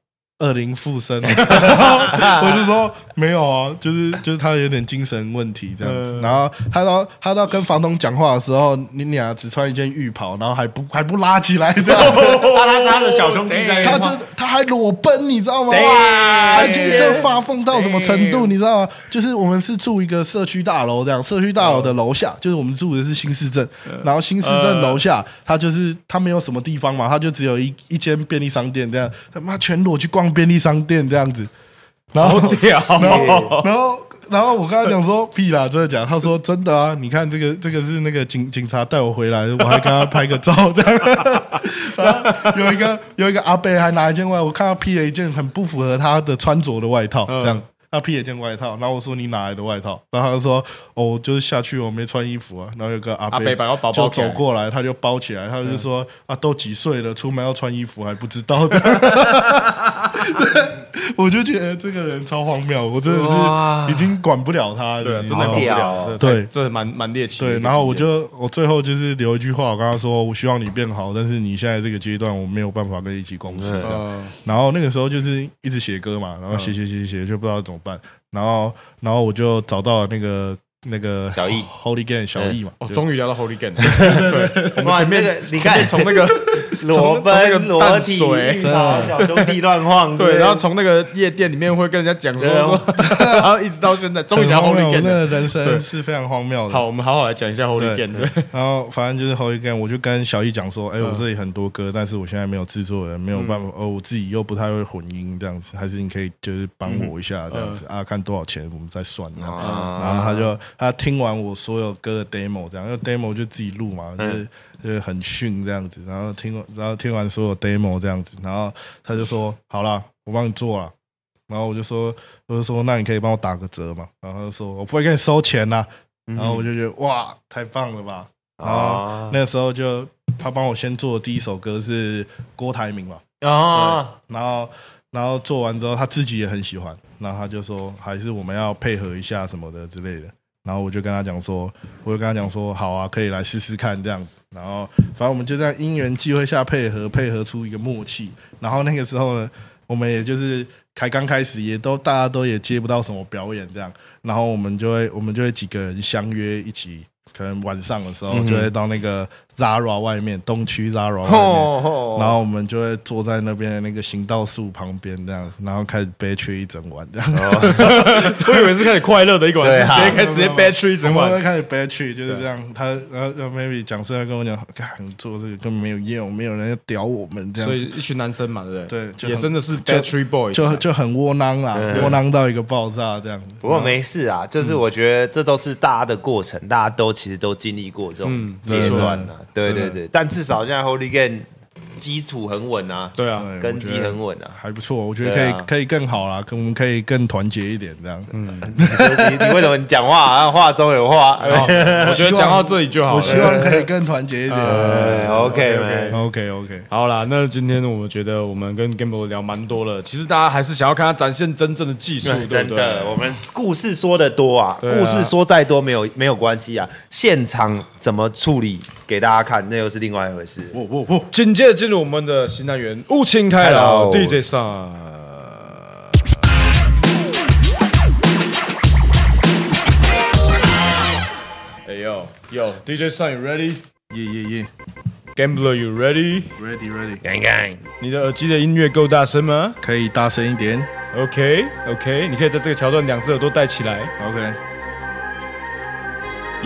恶灵 附身，然后我就说没有啊，就是就是他有点精神问题这样嗯子。然后他到他到跟房东讲话的时候，你俩只穿一件浴袍，然后还不还不拉起来这 样子，他他他的小兄弟在他就他还裸奔，你知道吗？哇他已经就发疯到什么程度，你知道吗？就是我们是住一个社区大楼，这样社区大楼的楼下，就是我们住的是新市镇，然后新市镇楼下，他就是他没有什么地方嘛，他就只有一一间便利商店，这样他妈全裸去逛便利商店这样子，然后好 屌哦，然后，然后我跟他讲说屁啦，真的假的？他说真的啊，你看这个，这个是那个警警察带我回来，我还跟他拍个照这样。 然后有一个有一个阿贝还拿一件外，我看他披了一件很不符合他的穿着的外嗯套，这样。他披了一件外套，然后我说你哪来的外套？然后他就说哦，就是下去我没穿衣服啊。然后有个阿阿伯把我包包就起来走过来，他就包起来，他就说、啊，都几岁了，出门要穿衣服还不知道的。 我就觉得这个人超荒谬，我真的哇是已经管不了他了，对，啊你真知道的吗搞不屌了，对这蛮蛮猎奇的一个对，经验。然后我就我最后就是留一句话，我跟他说，我希望你变好，但是你现在这个阶段我没有办法跟你一起共事。嗯这样呃，然后那个时候就是一直写歌嘛，然后写写写写，就不知道怎么办。然后然后我就找到了那个那个小易 Holy Gang 小易嘛，哦，就终于聊到 Holy Gang，对，我们哇前那面个你看从那个 裸奔裸体，啊小兄弟乱晃，对，然后从那个夜店里面会跟人家讲说对啊说， 然后一直到现在，终于很讲到荒 Holy 谬，我 Gang 了。那个人对生是非常荒谬的。好，我们好好来讲一下 Holy 对 Gang，对， 然后反正就是后一根，我就跟小易讲说，哎、我这里很多歌，但是我现在没有制作人，没有办法，哦，我自己又不太会混音这样子，还是你可以就是帮我一下这样子、啊，看多少钱我们再算这啊样。然后他就他听完我所有歌的 demo 这样，因为 demo 就自己录嘛，就是、就是很逊这样子，然后听完然后听完所有 demo 这样子，然后他就说好啦，我帮你做啦。然后我就说，我就说，那你可以帮我打个折嘛？然后他就说，我不会跟你收钱呐、然后我就觉得哇，太棒了吧！然后啊那时候就他帮我先做的第一首歌是郭台铭嘛，啊，然后然后做完之后他自己也很喜欢，然后他就说还是我们要配合一下什么的之类的。然后我就跟他讲说，我就跟他讲说，好啊，可以来试试看这样子。然后反正我们就在因缘际会下配合，配合出一个默契。然后那个时候呢，我们也就是才刚开始，也都大家都也接不到什么表演这样。然后我们就会我们就会几个人相约一起，可能晚上的时候就会到那个 Zara 外面，东区 Zara 外面，哦然后我们就会坐在那边的那个行道树旁边这样，然后开始憋屈一整晚这样。 我以为是开始快乐的一个晚对上，啊直接开直接 battery 一整我们晚，会开始憋屈，就是这样。他然后然后 maybe 讲师会跟我讲，干你做这个根本没有用，没有人要屌我们这所样以子，一群男生嘛，对不对？对就也很真的是就 battery boys，啊就就很窝囊啦，窝囊到一个爆炸这样子。不过没事啊，就是我觉得这都是大家的过程，大家都其实都经历过这种阶段啊，对对对。但至少现在 Holy Gang 基础很稳啊，对啊，对根基很稳啊。还不错，我觉得可对以、啊可以更好啦，跟我们可以更团结一点这样。你你为什么你讲话啊话中有话？我觉得讲到这里就好我了。希望可以更团结一点。呃，OK 没 OK OK，好啦，那今天我们觉得我们跟 Gamble 聊蛮多了，其实大家还是想要看他展现真正的技术，对真不的，对我们故事说的多啊，对啊故事说再多没有没有关系啊，现场怎么处理给大家看，那又是另外一回事。我我我紧接着进入我们的新单元，乌青开了开了 DJ 上。哎呦呦，DJ 上，you ready？Gambler 耶耶耶 you ready？ ，Ready Ready，看看，你的耳机的音乐够大声吗可以大声一点。 ？OK OK，你可以在这个桥段两只耳朵戴起来。 OK，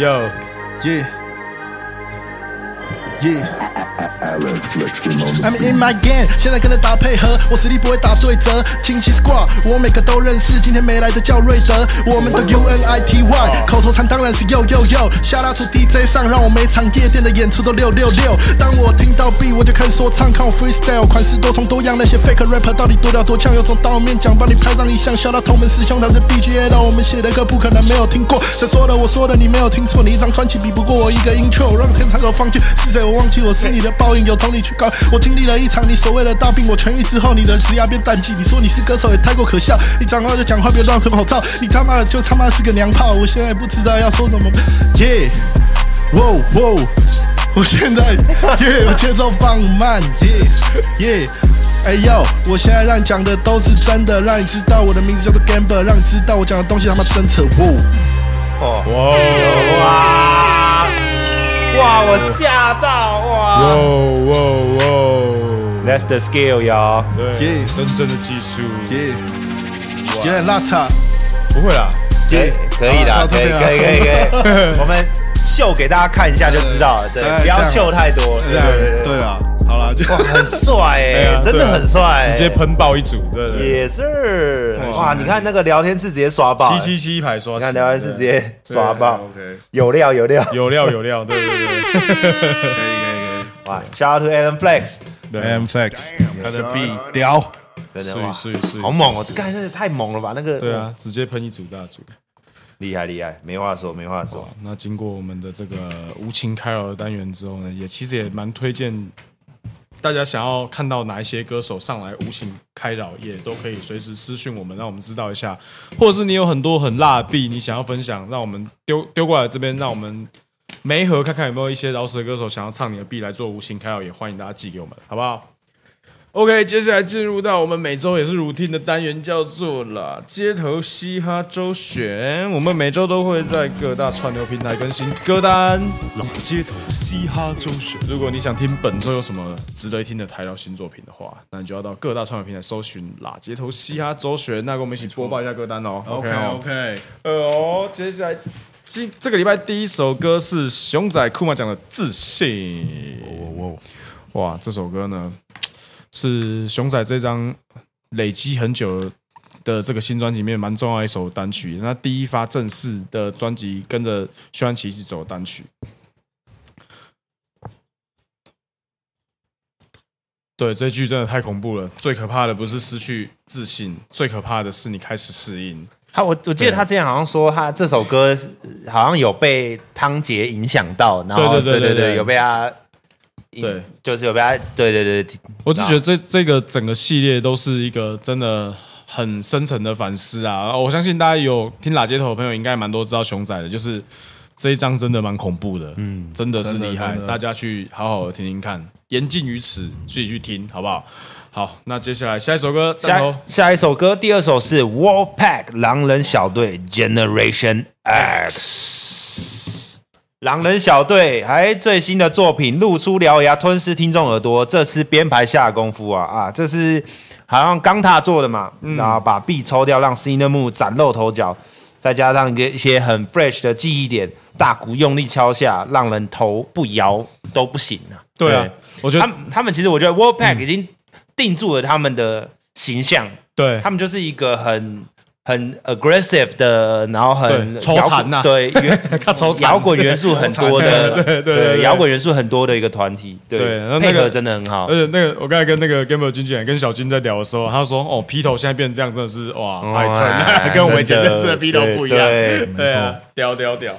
Yo，耶耶。 I'm in my game，现在跟着打配合，我实力不会打对折。亲戚 squad，我每个都认识，今天没来的叫瑞德，我们的 UNITY，口头禅当然是又又又。shout out to DJ 上，让我每场夜店的演出都六六六。当我听到 B，我就开始说唱，看我 freestyle，款式多重多样，那些 fake rapper 到底多屌多呛，有种当我面讲，帮你拍张影像。shout out 同门师兄，他是 BGA，让我们写的歌不可能没有听过。谁说的？我说的，你没有听错，你一张专辑比不过我一个音缺，我让天长河放弃，是谁我忘记，我是你的报应，有种你去搞。我经历了一场你所谓的大病，我痊愈之后，你的职涯变淡季。你说你是歌手也太过可笑，你讲话就讲话，别乱吹口罩，你他妈的就他妈是个娘炮，我现在也不知道要说什么。耶，哇哇，我现在耶，我节奏放慢，耶耶。哎呦！我现在让你讲的都是真的，让你知道我的名字叫做 Gamble，让你知道我讲的东西他妈真扯。哇！哦，哇哇哇，我吓到哇哇哇哇！ ！That's the skill 哟。对， Yeah 真正的技术耶，有点邋遢，不会啦。耶，可以的，好到这可以，边啊可以，可以，可以。我们秀给大家看一下就知道了，对哎，不要这样秀太多，对这对样对对啊，好啦，就对，很帅对啊哎，真对的啊很帅欸，直接喷爆一组，对对也是对哇！你看那个聊天室直接刷爆对，欸，七七七排刷你新，看聊天室直接刷爆， OK，有料有料， 有料有料，对对可以可以哇！Shout out to Alan Flex，对 可以。M 对， Flex，他的 B 屌，真的哇碎，碎碎，好猛哦！这刚才真的太猛了吧？那个对啊，直接喷一组大组。厉害厉害，没话说没话说。那经过我们的这个无情开扰的单元之后呢，也其实也蛮推荐大家想要看到哪一些歌手上来无情开扰，也都可以随时私讯我们，让我们知道一下。或者是你有很多很辣的币，你想要分享，让我们丢丢过来这边，让我们媒合看看有没有一些饶舌歌手想要唱你的币来做无情开扰，也欢迎大家寄给我们，好不好？OK，接下来进入到我们每周也是 routine 的单元，叫做了街头嘻哈周选。我们每周都会在各大串流平台更新歌单。老街头嘻哈周选，如果你想听本周有什么值得一听的台聊新作品的话，那你就要到各大串流平台搜寻“啦街头嘻哈周选”。那跟我们一起播报一下歌单哦。 OK 哦 OK，呃哦，接下来今这个礼拜第一首歌是熊仔库玛讲的《自信》。我我哇，这首歌呢是熊仔这张累积很久的这个新专辑里面蛮重要的一首单曲，那第一发正式的专辑跟着薛安琪一起走的单曲。对，这句真的太恐怖了。最可怕的不是失去自信，最可怕的是你开始适应。他我我记得他之前好像说他这首歌呃好像有被汤杰影响到，然后对对对对对对有被他。对，就是有被他，对对对，对我只觉得这这个整个系列都是一个真的很深层的反思啊！我相信大家有听拉街头的朋友，应该蛮多知道熊仔的，就是这一张真的蛮恐怖的，嗯，真的是真的厉害真，的大家去好好的听听看，言尽于此，自己去听好不好？好，那接下来下一首歌，下蛋头下一首歌，第二首是 Wolfpack 狼人小队 Generation X。狼人小队还最新的作品露出獠牙，吞噬听众耳朵。这次编排下的功夫啊啊，这是好像钢踏做的嘛，然后把 B 抽掉，让 C 的木崭露头角，再加上一个一些很 fresh 的记忆点，大鼓用力敲下，让人头不摇都不行啊。对啊，我觉他得们他们其实我觉得 Wolfpack 已经定住了他们的形象，对他们就是一个很很 aggressive 的，然后很对摇抽残啊呐对， 原看抽残摇滚元素很多的，啊对 对对对对摇滚元素很多的一个团体，对对然，后那配个呃合真的很好而。且那个我刚才跟那个 Gamer 经纪人跟小金在聊的时候，他说：“哦，披头现在变这样，真的是哇，太疼哇 了，跟我以前真认识的披头不一样。对对”对啊，屌屌屌！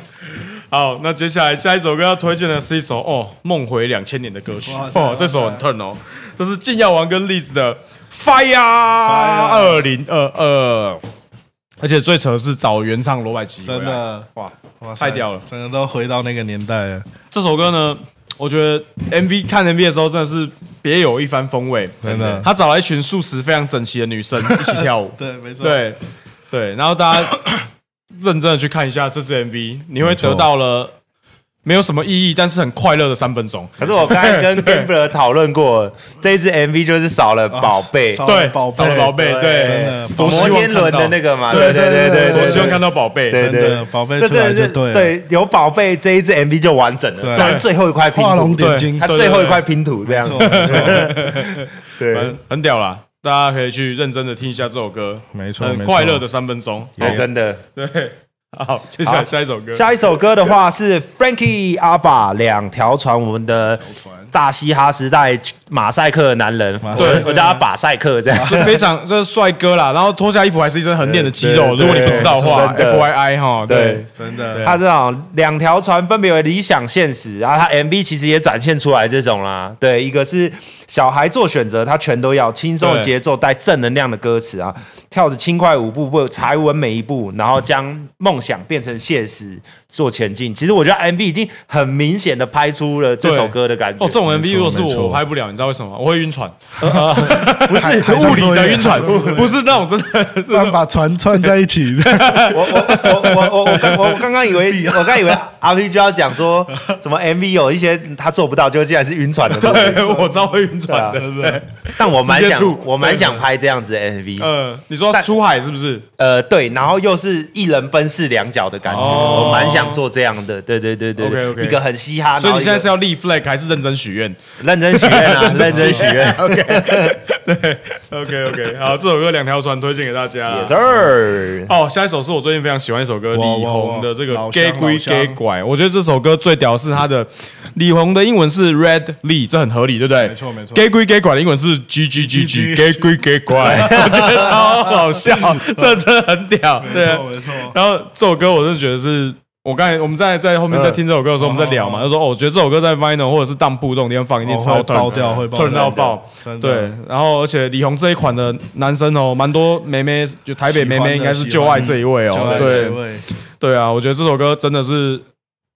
好，那接下来下一首歌要推荐的是一首哦，梦回两千年的歌曲哇塞哦，这首很疼哦，这是禁药王跟栗子的《Fire 二零二二》，而且最扯的是找原唱罗百吉，真的哇！哇塞太屌了整个都回到那个年代了，这首歌呢，我觉得 MV 看 MV 的时候真的是别有一番风味，真的。，他找来一群素食非常整齐的女生一起跳舞 对，没错，，对对，然后大家认真的去看一下这支 MV，你会错得到了没有什么意义，但是很快乐的三分钟。可是我刚才跟 Gambler 讨论过，这一支 MV 就是少了宝 贝，少对，哦宝贝少了宝贝，对真对的，多摩希望天轮看到的那，个嘛，对对对对对对对多对，希望对看到宝贝。对真的宝贝这出来真的就是对了，对，有宝贝这一支 MV 就完整对了，它是最后一块拼画龙图，点睛，它对最后一 块拼图这样没，错没错，对很，很屌啦，大家可以去认真的听一下这首歌，没错，很没错快乐的三分钟。对，哦真的。对，好，接下来好下一首歌，下一首歌的话是 Frankie Alba 两条船，我们的大嘻哈时代马赛克男人，对我我叫他把赛克这样。是非常这是帅哥啦，然后脱下衣服还是一身很练的肌肉，对如果你不知道的话对对，F Y I 哈，对对，真的， 他这种两条船分别为理想现实，然后他 MV 其实也展现出来这种啦。对，一个是小孩做选择，他全都要轻松的对节奏带正能量的歌词啊，跳着轻快舞步，不踩稳每一步，然后将梦想变成现实，做前进。其实我觉得 MV 已经很明显的拍出了这首歌的感觉。哦，这种 MV 错如果是没我，错我拍不了，你知道为什么吗？我会晕船，不是海物上理作的业晕船，不不是那种真的，不然把船串在一 起，我我我我我我刚我刚刚以为啊我刚以为 RPG 要讲说什么 MV 有一些他做不到，就竟然是晕船的部分。对， 我知道会晕船的。对不对？但我蛮直接想吐我蛮想拍这样子的 MV，呃，你说但出海是不是？呃，对，然后又是一人分饰两角的感觉，哦我蛮想做这样的，对对对对对 OK，OK 一个很嘻哈，所以你现在是要要立 flag 还是认真许愿 认真许愿啊，认真许愿？OK OK，好，这首歌两条船推荐给大家啦。 ，Yes，哦，下一首是我最近非常喜欢一首歌，李哇哇哇红的这个老《乡 gay 归老 gay 乡拐》，我觉得这首歌最屌是它的李红的英文是 Red Lee，这很合理，对不对？没错没错 gay 归 gay 拐的英文是 G G G G gay 归 gay 拐， 我觉得超好 笑，这真的很屌，没对啊错。没错， 然后这首歌我真的觉得是。我刚才我们在在后面在听这首歌的时候，我们在聊嘛，嗯就说哦，我觉得这首歌在 Vinyl 或者是当铺这种地方放一定哦超会疼爆掉会爆掉疼到爆。真的对，然后而且李红这一款的男生哦，蛮多妹妹，就台北妹妹应该是就爱这一位就哦。在这对位，对啊，我觉得这首歌真的是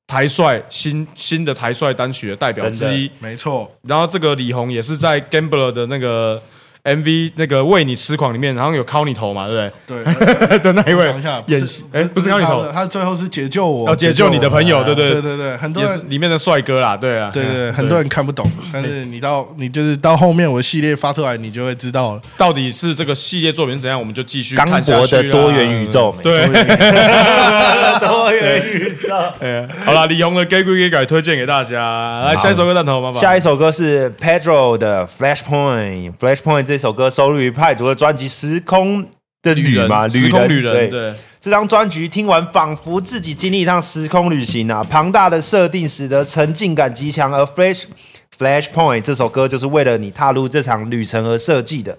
台帅新新的台帅单曲的代表之一。没错，然后这个李红也是在 Gambler 的那个 MV 那个为你痴狂里面，然后有敲你头嘛，对对。不对？的那一 我位想一下，演不戏是，哎，不是敲你他头的，他最后是解救我，要解救你的友，朋友，对不对对？对对，很多也是人里面的帅哥啦，对啊，对对，嗯很多人看不懂，但是你到你就是到后面我系列发出来，你就会知道了。到底是这个系列作品是怎样，我们就继续刚看下博去的啦多元宇宙，对，啊 多元宇宙。哎好啦，李红的《gay 归 gay 改》推荐给大家，来下一首歌弹头，麻烦下一首歌是 Pedro 的 Flashpoint。Flashpoint 这首歌收录于派卓的专辑《时空的旅》嘛，时空旅人，对。对，这张专辑听完，仿佛自己经历一趟时空旅行啊！庞大的设定使得沉浸感极强，而 Flash Flashpoint 这首歌就是为了你踏入这场旅程而设计的。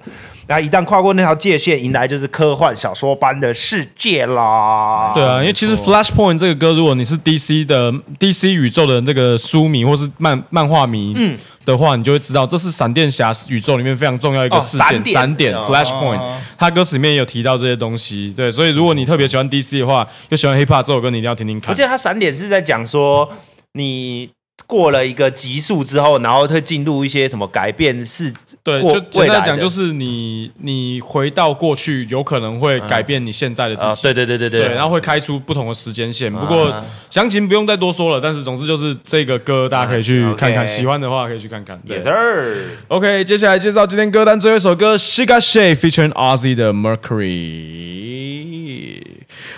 那一旦跨过那条界限，迎来就是科幻小说般的世界啦。对啊，因为其实 Flashpoint 这个歌，如果你是 DC 的 DC 宇宙的这个书迷或是漫漫画迷，嗯的话，你就会知道这是闪电侠宇宙里面非常重要一个哦事件，闪电闪点哦 Flashpoint，它歌词里面也有提到这些东西，对，所以如果你特别喜欢 DC 的话，又喜欢 Hip Hop 这首歌，你一定要听听我看记。得他闪点是在讲说，你过了一个级数之后，然后会进入一些什么改变是对，过就简未来单的讲，就是你你回到过去，有可能会改变你现在的自己。嗯啊、对对对对啊对，然后会开出不同的时间线。不过详情不用再多说了，但是总之就是这个歌大家可以去看看，嗯 OK 喜欢的话可以去看看。对 Yes sir， OK，接下来介绍今天歌单最后一首歌《Shiga Shay》featuring Ozzy 的《Mercury》。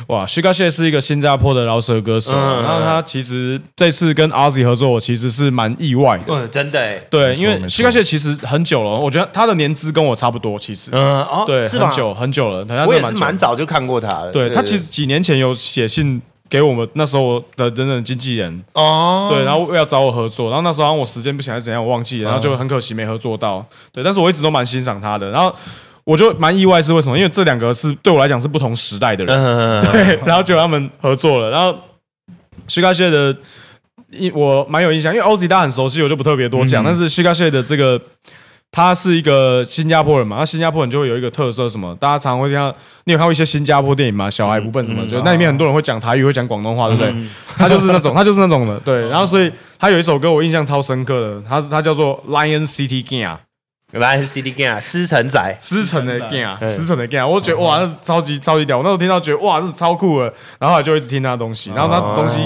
哇 s u g a s h e 是一个新加坡的饶舌歌手，嗯那他其实这次跟 Ozzy 合作，我其实是蛮意外的。嗯，真的哎，对，没错因为没错 s u g a s h e 其实很久了，我觉得他的年资跟我差不多，其实、嗯，哦，对，是很吧？久很久了，他我真也的是久蛮早就看过他了。对他其实几年前有写信给我们那时候的等等经纪人，哦，对，然后要找我合作，然后那时候好像我时间不行还是怎样，我忘记了，然后就很可惜没合作到。对，但是我一直都蛮欣赏他的，然后我就蛮意外是为什么？因为这两个是对我来讲是不同时代的人，嗯，对，然后就他们合作了，然后 s h i g a s h 的。印我蛮有印象，因为 OZ 大家很熟悉，我就不特别多讲。但是 s h i g a s h 的这个，他是一个新加坡人嘛，那新加坡人就会有一个特色，什么大家常常会听到，你有看过一些新加坡电影吗？小孩不笨什么，就那里面很多人会讲台语，会讲广东话，对不对？他就是那种，他就是那种的，对。然后所以他有一首歌我印象超深刻的，他是他叫做《Lion City Gang》啊。嗯 来 CD g a n 狮城仔，师承的真的 gang 啊，师承的 gang，啊我觉得哇，那是超级超级屌。我那时候听到觉得哇，这是超酷的，然后后来就一直听他的东哦西，然后他的东西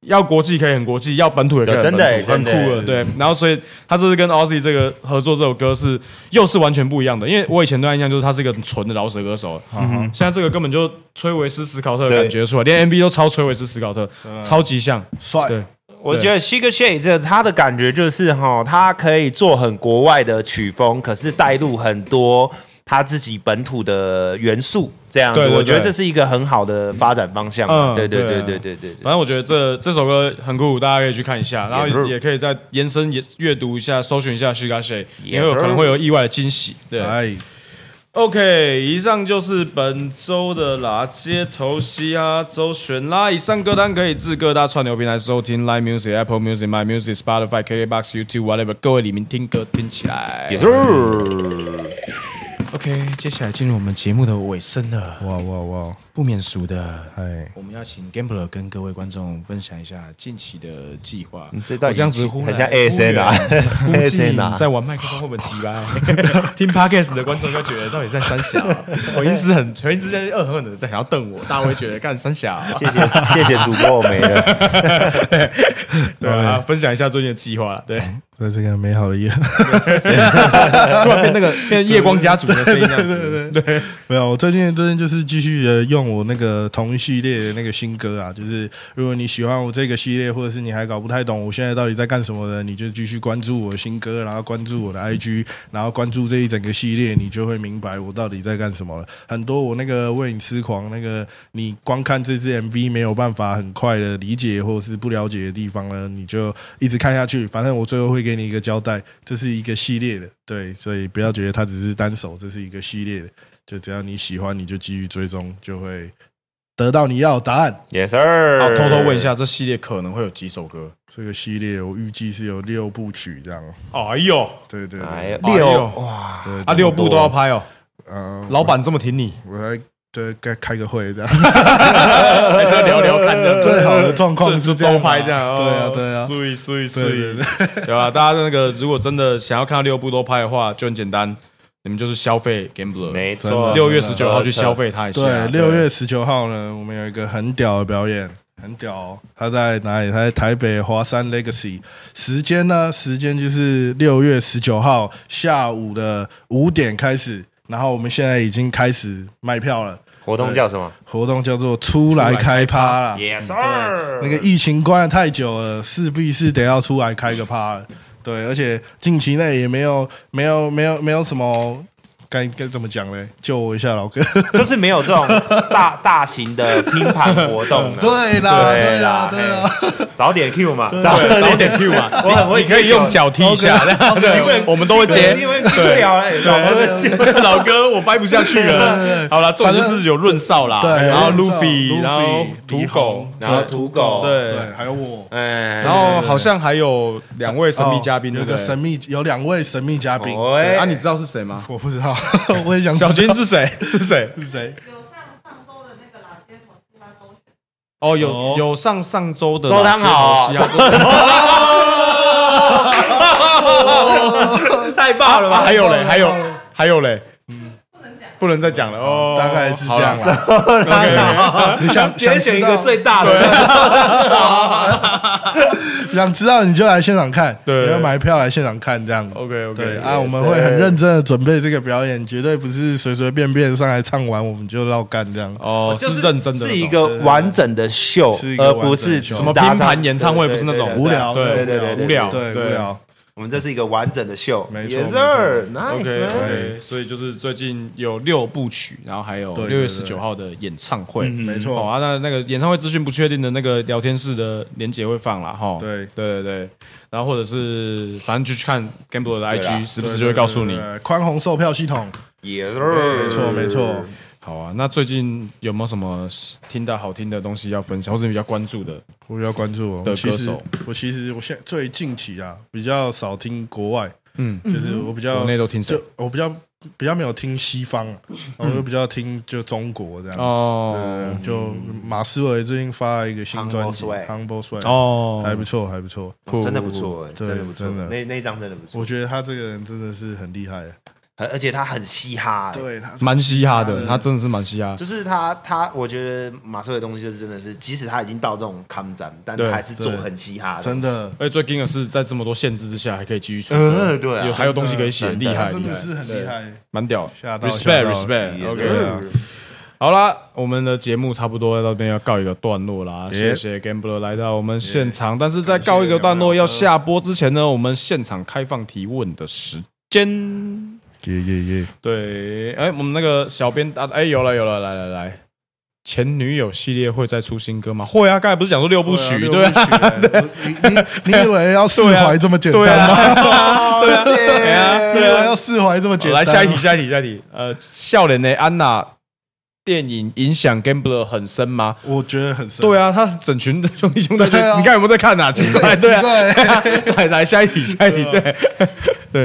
要国际可以很国际，要本土也可以很真的欸本土，很真的酷的。对，然后所以他这次跟 Ozzy 这个合作这首歌是又是完全不一样的，因为我以前对他印象就是他是一个很纯的饶舌歌手，嗯现在这个根本就崔维斯史考特的感觉出来，连 MV 都超崔维斯史考特，超级像。帅，对我觉得 Sugar Shay 这他的感觉就是哈，他可以做很国外的曲风，可是带入很多他自己本土的元素，这样子，对对对我觉得这是一个很好的发展方向啊。嗯对对对对对对对对。反正我觉得这这首歌很酷，大家可以去看一下，然 Yes, 后 sir. 也可以再延伸也阅读一下、搜寻一下 Sugar Shay，也有 sir. 可能会有意外的惊喜。对哎， ，OK，以上就是本周的啦街头嘻哈周旋啦。以上歌单可以至各大串流平台收听，Line Music、Apple Music、My Music、Spotify、KKBox、YouTube、Whatever，各位里面听歌听起来。也是， OK，接下来进入我们节目的尾声了，哇哇哇，不免俗的。哎，我们要请 Gambler 跟各位观众分享一下近期的计划。这到我嗯底这样子忽然很像 ASMR 忽 远忽近 ASMR 在玩麦克风会不会急吧？ 听 Podcast 的观众就觉得到底在三峡，啊 我一直很，我一直在恶狠狠的在想要瞪我，大家会觉得干三峡。啊 谢谢谢谢主播，我没了。对啊，分享一下最近的计划啦。 对，在这个美好的夜，突然变那个变夜光家族的声音这样子。 对， 没有，我最近最近就是继续的用我那个同一系列的那个新歌啊，就是如果你喜欢我这个系列，或者是你还搞不太懂我现在到底在干什么的，你就继续关注我的新歌，然后关注我的 IG，然后关注这一整个系列，你就会明白我到底在干什么了。很多我那个为你痴狂那个，你光看这支 MV 没有办法很快的理解或者是不了解的地方呢，你就一直看下去，反正我最后会给你一个交代，这是一个系列的，对，所以不要觉得它只是单首，这是一个系列的。就只要你喜欢，你就继续追踪，就会得到你要的答案。 Yes sir，好，偷偷问一，下，这系列可能会有几首歌？这个系列我预计是有六部曲这样，哎呦，对对哎呀，对，哎呦六哇，对啊，对六部都要拍哦，呃，老板这么挺你，我来对该开个会 这样，还是要聊聊看的。最好的状况就是这都样啊，拍这样，对啊哦对啊，所以所以所对对以对， 对吧？大家那个如果真的想要看到六部都拍的话，就很简单，你们就是消费 Gambler，没真错，嗯的六月十九号去消费它一下。对，六月十九号呢，我们有一个很屌的表演，很屌哦、他在哪里？他在台北华山 Legacy。时间呢？时间就是六月十九号下午的五点开始。然后我们现在已经开始卖票了，活动叫什么活动叫做“出来开趴”啦。 ？Yes 对，那个 sir，疫情关的太久了，势必是得要出来开个趴了。对，而且近期内也没有没有没有没有什么该该怎么讲嘞？救我一下，老哥。就是没有这种大大型的拼盘活动 了。 对啦，对啦，对啦。啦，早点 Q 嘛，早对，早点 Q 嘛，我很你会可以接球用脚踢一下， 对，我们都会接。因为 Q 不了哎，老哥接 老哥，我掰不下去了。好了，重点就是有润少啦，对，然后有人上 Luffy，然后土鼻狗孔，然后土狗对对，还有我，哎，然后好像还有两位神秘嘉宾，哦对有不个对？神秘，有两位神秘嘉宾，对啊，喂，你知道是谁吗？我不知道，哎 我也想知道小金是谁？是谁？ 是谁？有上上周的那个啦，街头嘻哈周选，哦，有有上上周的周汤豪街 头嘻哈周太棒了啊，吧！还 有嘞，还有还有嘞，不能讲。不能再讲了哦，嗯大概 是这样好啦。啦。 你想 今天想选知一道个最大的，想知道你就来现场看，对你要买票来现场看这样。 OK OK，对啊，我们会很认真的准备这个表演，绝对不是随随便便上来唱完我们就绕干这样。哦，就是认真的那种，是一个完整的秀是一，个而完整不的是秀什么拼盘演唱会，不是那种无聊对对对对对，对无聊，对，无聊。我们这是一个完整的秀，没错 Yes, 没错 sir. Nice, OK，, man. 哎 OK，所以就是最近有六部曲，然后还有对六对月对十九号的演唱会，嗯没哦错，啊，那那个演唱会资讯不确定的那个聊天室的连接会放啦，哈。对对对对，然后或者是反正就去看 Gamble 的对啦 IG，时不时就会告诉你对。对对宽宏售票系统， Yes, sir. 没错没错。好啊，那最近有没有什么听到好听的东西要分享，或是你比较关注的？我比较关注哦的歌其实手我其实我现在最近期啊，比较少听国外，嗯，就是我比较国内都听谁就我比较比较没有听西方啊，我就比较听就中国这样。哦对，就马思唯最近发了一个新专辑《 Humble Sway Humble Sway》，哦，还不错，还不错。酷真的不错哎，对真的不错真的，那那一张真的不错我，觉得他这个人真的是很厉害，而而且他很嘻哈，，对他蛮嘻哈呃的，他真的是蛮嘻哈。就是他他，我觉得马斯的东西就是真的是，即使他已经到这种抗战，但对他还是做对很嘻哈的，真的而且哎最惊的是，在这么多限制之下，还可以继续出嗯歌，对啊有还有东西可以写，真厉的害，他呃啊真厉害的是很厉害，蛮屌吓到吓，respect 到 respect，OK。对 OK 啊嗯好啦，我们的节目差不多到这边要告一个段落啦。谢 Yeah 谢 Gambler 来到我们现场，但是在告一个段落要下播之前呢，我们现场开放提问的时间。耶耶耶！对，哎，我们那个小编啊，哎，有了有了，来来来，前女友系列会再出新歌吗？会啊，刚才不是讲说六部曲对啊，对啊，你你你以为 要释怀这么简对单吗？ 啊，对啊，对啊，你以为对啊要。释怀这么简好单？来下一题，，下一题，下一题。呃，笑脸的安娜电影影响 Gambler 很深吗？我觉得很深。对啊，他整群的兄弟兄弟就，对啊你看有没有在看啊？奇怪，对对啊，啊，对啊 来来下一 题，下一题，对啊对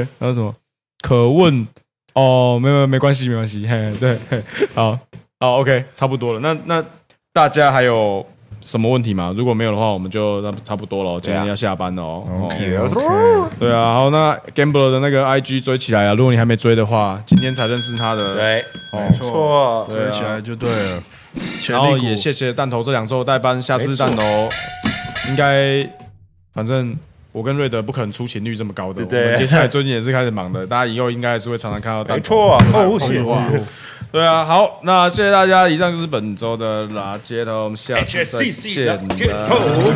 对，还有什么？可问哦，没有没有没关系，没关系，嘿，对，嘿好，好，OK，差不多了。那那大家还有什么问题吗？如果没有的话，我们就那差不多了，今天要下班了哦。哦啊 OK OK，对啊，好，那 Gambler 的那个 IG 追起来啊！如果你还没追的话，今天才认识他的，对，哦没错，错，对啊推起来就对了。潜然后力也股谢谢弹头这两周的代班，下次弹头应该，反正我跟瑞德不可能出勤率这么高的，对对我们接下来最近也是开始忙的，大 家以后应该还是会常常看到弹没头。错，哦，谢哇哇，对啊，好，那谢谢大家，以上就是本周的拉街头，我们下次再见。头。